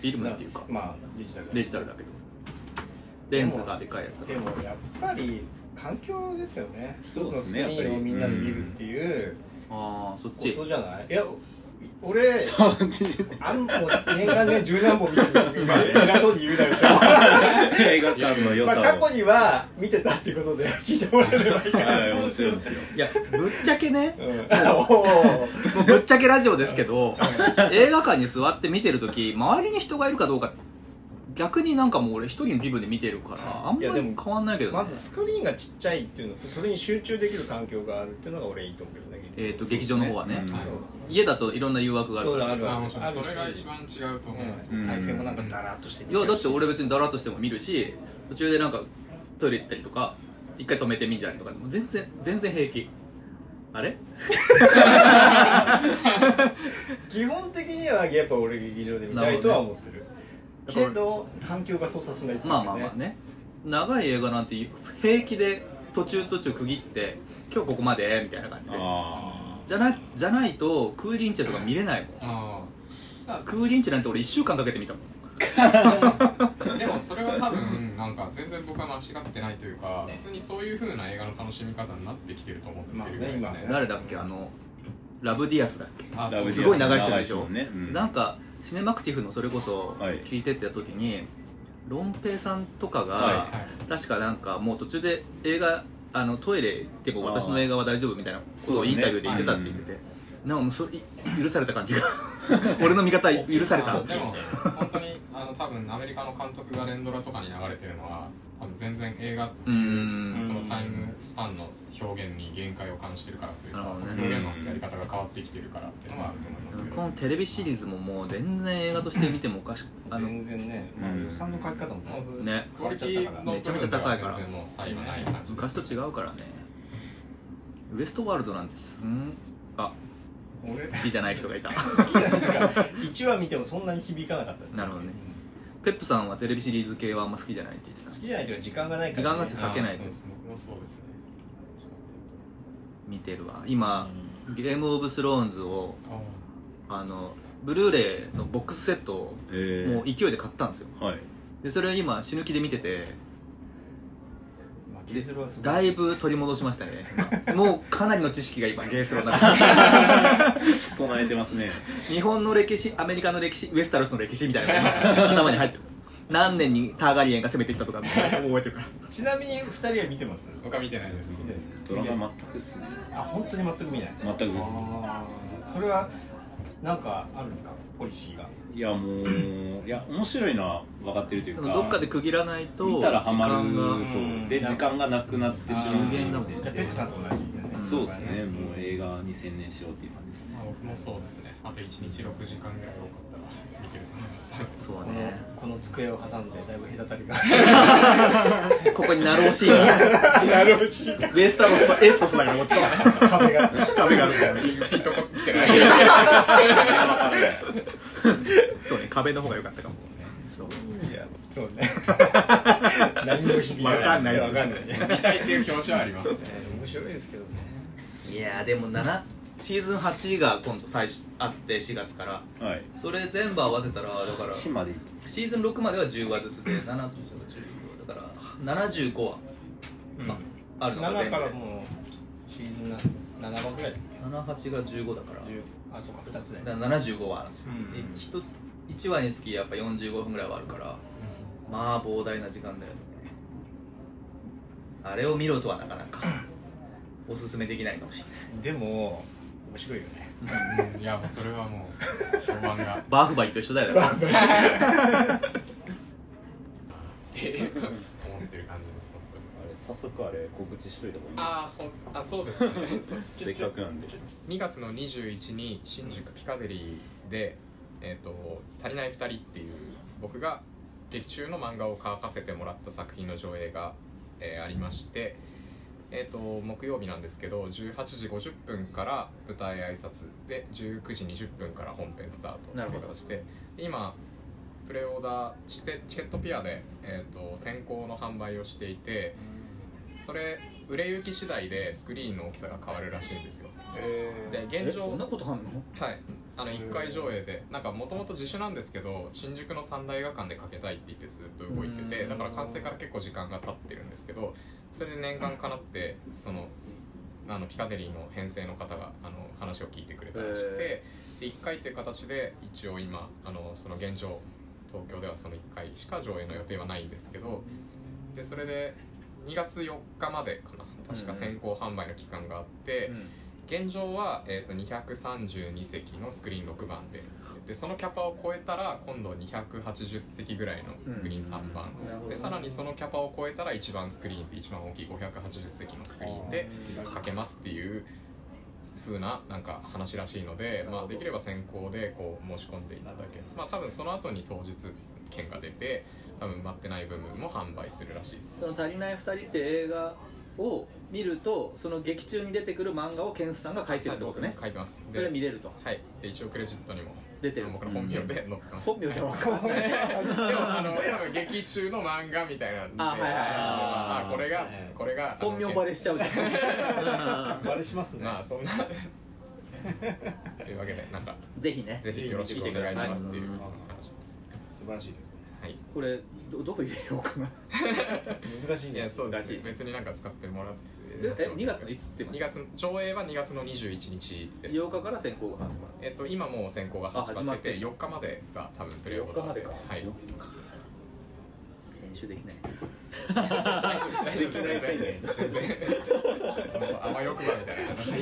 [SPEAKER 4] フィルムっていうか
[SPEAKER 2] まあデジタルだ
[SPEAKER 4] デジタルだけどレンズがでかいやつだか
[SPEAKER 2] で
[SPEAKER 4] ら
[SPEAKER 2] もやっぱり環境ですよね
[SPEAKER 5] そうっ
[SPEAKER 2] 一つの
[SPEAKER 5] す
[SPEAKER 2] スク
[SPEAKER 5] ね
[SPEAKER 2] リーンをみんなで見るっていう
[SPEAKER 4] ああそっ
[SPEAKER 2] こ
[SPEAKER 4] ち
[SPEAKER 2] とじゃないいや俺
[SPEAKER 5] 映
[SPEAKER 2] あんもう年間ね十何本見てる今偉そうに言うなよって
[SPEAKER 5] 画館の良
[SPEAKER 2] まあ
[SPEAKER 5] さを
[SPEAKER 2] 過去には見てたっていうことで聞いてもらえればいいかな
[SPEAKER 5] はいもちろんですよ
[SPEAKER 4] いやぶっちゃけね
[SPEAKER 2] うんお
[SPEAKER 4] もうぶっちゃけラジオです けど映画館に座って見てるとき周りに人がいるかどうか逆になんかもう俺一人の気分で見てるからあんま
[SPEAKER 2] い
[SPEAKER 4] り
[SPEAKER 2] やでも
[SPEAKER 4] 変わんないけ
[SPEAKER 2] ー
[SPEAKER 4] ど、ね、
[SPEAKER 2] まずスクリーンがちっちゃいっていうのとそれに集中できる環境があるっていうのが俺いいと思うけどね
[SPEAKER 4] えー、と劇場の方はね、
[SPEAKER 5] うん
[SPEAKER 4] 家だといろんな誘惑がある
[SPEAKER 2] そうだある
[SPEAKER 3] ま
[SPEAKER 2] あ
[SPEAKER 3] あ
[SPEAKER 2] る
[SPEAKER 3] もちろんそれが
[SPEAKER 2] ある
[SPEAKER 3] 一
[SPEAKER 2] し
[SPEAKER 3] 番違うと思います、
[SPEAKER 5] うん
[SPEAKER 2] 対戦もなんかダラっとして見
[SPEAKER 4] い
[SPEAKER 2] ちゃう
[SPEAKER 4] や
[SPEAKER 2] し
[SPEAKER 4] だって俺別にだらっとしても見るし途中でなんかトイレ行ったりとか一回止めてみたりとかでも全然全然平気あれ
[SPEAKER 2] 基本的にはやっぱ俺劇場で見たいとは思ってるけど環境がそうさせないっていうか
[SPEAKER 4] まあまあまあね長い映画なんて平気で途中途中区切って今日ここまでみたいな感じで
[SPEAKER 5] あ
[SPEAKER 4] じゃなじゃないとクーリンチェとか見れないもん
[SPEAKER 3] あ
[SPEAKER 4] クーリンチェなんて俺1週間かけて見たもん
[SPEAKER 3] あでもそれは多分なんか全然僕は間違ってないというか普通にそういう風な映画の楽しみ方になってきてると思ってるぐらいですね,、
[SPEAKER 2] まあね
[SPEAKER 4] 誰だっけあのラブディアスだっけ
[SPEAKER 3] あ
[SPEAKER 5] ラブディアス
[SPEAKER 4] すごい長い人でし
[SPEAKER 5] 長い
[SPEAKER 4] ょ
[SPEAKER 5] 人ねうん
[SPEAKER 4] なんかシネマクティフのそれこそ
[SPEAKER 5] はい
[SPEAKER 4] 聞いてった時に、ロンペイさんとかが、
[SPEAKER 5] は
[SPEAKER 4] 確かなんかもう途中で映画あのトイレでも
[SPEAKER 5] あー
[SPEAKER 4] 私の映画は大丈夫みたいなこと
[SPEAKER 5] そう
[SPEAKER 4] を
[SPEAKER 5] です
[SPEAKER 4] イ
[SPEAKER 5] ね
[SPEAKER 4] ンタビューで言ってたって言ってて、なんかもうそれい許された感じが 俺の見方許された
[SPEAKER 3] あでも本当にあの多分アメリカの監督が連ドラとかに流れてるのは多分全然映画って
[SPEAKER 4] うー
[SPEAKER 3] そ
[SPEAKER 4] ん
[SPEAKER 3] のタイムスパンの表現に限界を感じてるからというか、
[SPEAKER 4] なるほどね
[SPEAKER 3] 表現のやり方が変わってきてるからっていうのはあると思いますけど
[SPEAKER 4] このテレビシリーズももう全然映画として見てもおかしくあの
[SPEAKER 2] 全然ね、まあ、
[SPEAKER 5] うん
[SPEAKER 2] 予算の書き方もだいぶ
[SPEAKER 4] ね
[SPEAKER 3] クオリティの
[SPEAKER 4] めちゃめちゃ高いから
[SPEAKER 3] 部分では全然もう差異はない感じ
[SPEAKER 4] 昔と違うからねウエストワールドなんてすんあ
[SPEAKER 2] 俺
[SPEAKER 4] 好きじゃない人がいた
[SPEAKER 2] 好きなのが1話見てもそんなに響かなかった
[SPEAKER 4] なるほどねペップさんはテレビシリーズ系はあんま好きじゃないって言って
[SPEAKER 2] 好
[SPEAKER 4] た
[SPEAKER 2] きじゃないというか時間がないから、
[SPEAKER 4] 時間がって避けない
[SPEAKER 3] あーそ
[SPEAKER 4] と
[SPEAKER 3] うです僕もそうですね
[SPEAKER 4] 見てるわ今ゲームオブスローンズを
[SPEAKER 3] あ
[SPEAKER 4] あのブルーレイのボックスセットを
[SPEAKER 5] ーえ
[SPEAKER 4] もう勢いで買ったんですよ
[SPEAKER 5] ーはい
[SPEAKER 4] でそれを今死ぬ気で見てて
[SPEAKER 2] まあゲーセルは素晴ら
[SPEAKER 4] だ
[SPEAKER 2] し
[SPEAKER 4] い
[SPEAKER 2] です
[SPEAKER 4] ぶ取り戻しましたね今 もうかなりの知識が今ゲースロー の中に
[SPEAKER 5] 備えてますね
[SPEAKER 4] 日本の歴史アメリカの歴史ウエスタロスの歴史みたいなのが頭に入ってる何年にターガリエンが攻めてきたとかもう覚えてるから
[SPEAKER 2] ちなみに2人は見てます
[SPEAKER 3] 僕は見てないです
[SPEAKER 2] 見てないです
[SPEAKER 5] ドラマ全くっすね
[SPEAKER 2] あ本当に全く見ない
[SPEAKER 5] 全くです
[SPEAKER 2] あーそれはなんかあるんですかポリシーが
[SPEAKER 5] いやもういや面白いのは分かってるという
[SPEAKER 4] で
[SPEAKER 5] か
[SPEAKER 4] もどっかで区切らないと
[SPEAKER 5] 見たらハマる
[SPEAKER 4] 時間が
[SPEAKER 5] そう
[SPEAKER 2] うん
[SPEAKER 5] で時間がなくなってしまう
[SPEAKER 4] 無限だもん
[SPEAKER 2] じゃあペップさんと同じだね、
[SPEAKER 4] うん
[SPEAKER 5] そうですねもう映画に専念しようっていう感じですね
[SPEAKER 3] まあ、僕もそうですねあと1日6時間ぐらい多かったら見てると思いま す
[SPEAKER 4] そうだ
[SPEAKER 2] こ
[SPEAKER 4] ね
[SPEAKER 2] のこの机を挟んでだいぶ隔たりが
[SPEAKER 4] ここにナローシー ン
[SPEAKER 2] なるし
[SPEAKER 4] ウェスタロスとエストスだからもちろん
[SPEAKER 2] 壁が
[SPEAKER 4] 壁があるからね
[SPEAKER 3] ピンとこ来てない
[SPEAKER 4] そうね壁の方が良かったかもそう
[SPEAKER 2] いやそう ね何も響かない
[SPEAKER 4] わかんない
[SPEAKER 2] わかんないね
[SPEAKER 3] 見たいっていう気持ちはあります
[SPEAKER 2] 面白いですけどね
[SPEAKER 4] いやーでも7シーズン8が今度最初あって4月から
[SPEAKER 5] はい
[SPEAKER 4] それ全部合わせたらだから
[SPEAKER 5] 8
[SPEAKER 4] シ
[SPEAKER 5] までいっ
[SPEAKER 4] ーズン6までは10話ずつで7と10話だから75話ああるのが
[SPEAKER 2] 7
[SPEAKER 4] 全部
[SPEAKER 2] からもうシーズンな7話ぐらい
[SPEAKER 4] 78が15だから
[SPEAKER 2] 10あそうか2つだよ
[SPEAKER 4] だから75話なんですよ、
[SPEAKER 2] うん
[SPEAKER 4] で一つ1話につきやっぱ45分ぐらいはあるからまあ膨大な時間だよねあれを見ろとはなか なかおすすめできないかもしれない
[SPEAKER 2] でも面白いよね
[SPEAKER 3] うんいやもうそれはもう評判が
[SPEAKER 4] バーフバリと一緒だよだから
[SPEAKER 3] って思ってる感じです本当に
[SPEAKER 5] あれ早速あれ告知しといた方がいい
[SPEAKER 3] あーほんあそうですねそう
[SPEAKER 5] せっかくなんで
[SPEAKER 3] 2月の21に新宿ピカデリーで「えー、と足りない2人」っていう僕が劇中の漫画を乾かせてもらった作品の上映が、えーありまして、えー、と木曜日なんですけど18時50分から舞台挨拶で19時20分から本編スター
[SPEAKER 4] な
[SPEAKER 3] トとい
[SPEAKER 4] るほ
[SPEAKER 3] う
[SPEAKER 4] ど
[SPEAKER 3] 形で今プレオーダーしてチケットピアで、えー、と先行の販売をしていてそれ売れ行き次第でスクリーンの大きさが変わるらしいんですよで現状
[SPEAKER 4] ことあんの
[SPEAKER 3] はい、あの1回上映でなんかもともと自主なんですけど新宿の三大映画館でかけたいって言ってずっと動いてて
[SPEAKER 4] うん
[SPEAKER 3] だから完成から結構時間が経ってるんですけどそれで念願かなってそのあのピカデリーの編成の方があの話を聞いてくれたらしくてで1回っていう形で一応今あのその現状東京ではその1回しか上映の予定はないんですけどでそれで2月4日までかな確か先行販売の期間があって、現状は、えー、と232席のスクリーン6番ででそのキャパを超えたら今度280席ぐらいのスクリーン3番、でさらにそのキャパを超えたら一番スクリーンって一番大きい580席のスクリーンでかけますっていう風ななんか話らしいので、まあ、できれば先行でこう申し込んでいただけるまあ多分その後に当日券が出て多分埋まってない部分も販売するらしいです
[SPEAKER 4] その「足りない2人」って映画を見るとその劇中に出てくる漫画をケンスさんが書いてるってことね
[SPEAKER 3] 書いてます
[SPEAKER 4] それ
[SPEAKER 3] で
[SPEAKER 4] は見れると
[SPEAKER 3] はい、で一応クレジットにも
[SPEAKER 4] 出てる
[SPEAKER 3] 僕の本名で載ってます、
[SPEAKER 4] 本名じゃ分かんない
[SPEAKER 3] でもあの多分劇中の漫画みたいなんで
[SPEAKER 4] あはいはいはい
[SPEAKER 3] あ
[SPEAKER 2] あ
[SPEAKER 3] これが
[SPEAKER 2] はいはい
[SPEAKER 3] これが
[SPEAKER 4] 本名バレしちゃうじゃ
[SPEAKER 2] バレします
[SPEAKER 3] あの
[SPEAKER 2] ね
[SPEAKER 3] まあそんなというわけでなんか
[SPEAKER 4] んぜひね
[SPEAKER 3] ぜひよろしくお願いしますっていう話です
[SPEAKER 2] 素晴らしいですね
[SPEAKER 3] はい
[SPEAKER 4] これどどこ入れようかな
[SPEAKER 2] 難しい
[SPEAKER 3] い
[SPEAKER 2] ね
[SPEAKER 3] やそうで
[SPEAKER 2] 難
[SPEAKER 3] す
[SPEAKER 2] し
[SPEAKER 3] ね
[SPEAKER 2] い
[SPEAKER 3] 別になんか使ってもらって
[SPEAKER 4] え2月のいつって言って
[SPEAKER 3] 2
[SPEAKER 4] まし
[SPEAKER 3] 月上映は2月の21日
[SPEAKER 4] た
[SPEAKER 3] です
[SPEAKER 4] 8日から先行が始ま
[SPEAKER 3] えっと今もう選考が始まってて
[SPEAKER 4] あ始
[SPEAKER 3] 4日までが多分プレイオーダー
[SPEAKER 4] 4日までか
[SPEAKER 3] はい
[SPEAKER 4] る編集できない
[SPEAKER 3] 大丈夫です大丈夫です全然全然あんま欲張みたいな話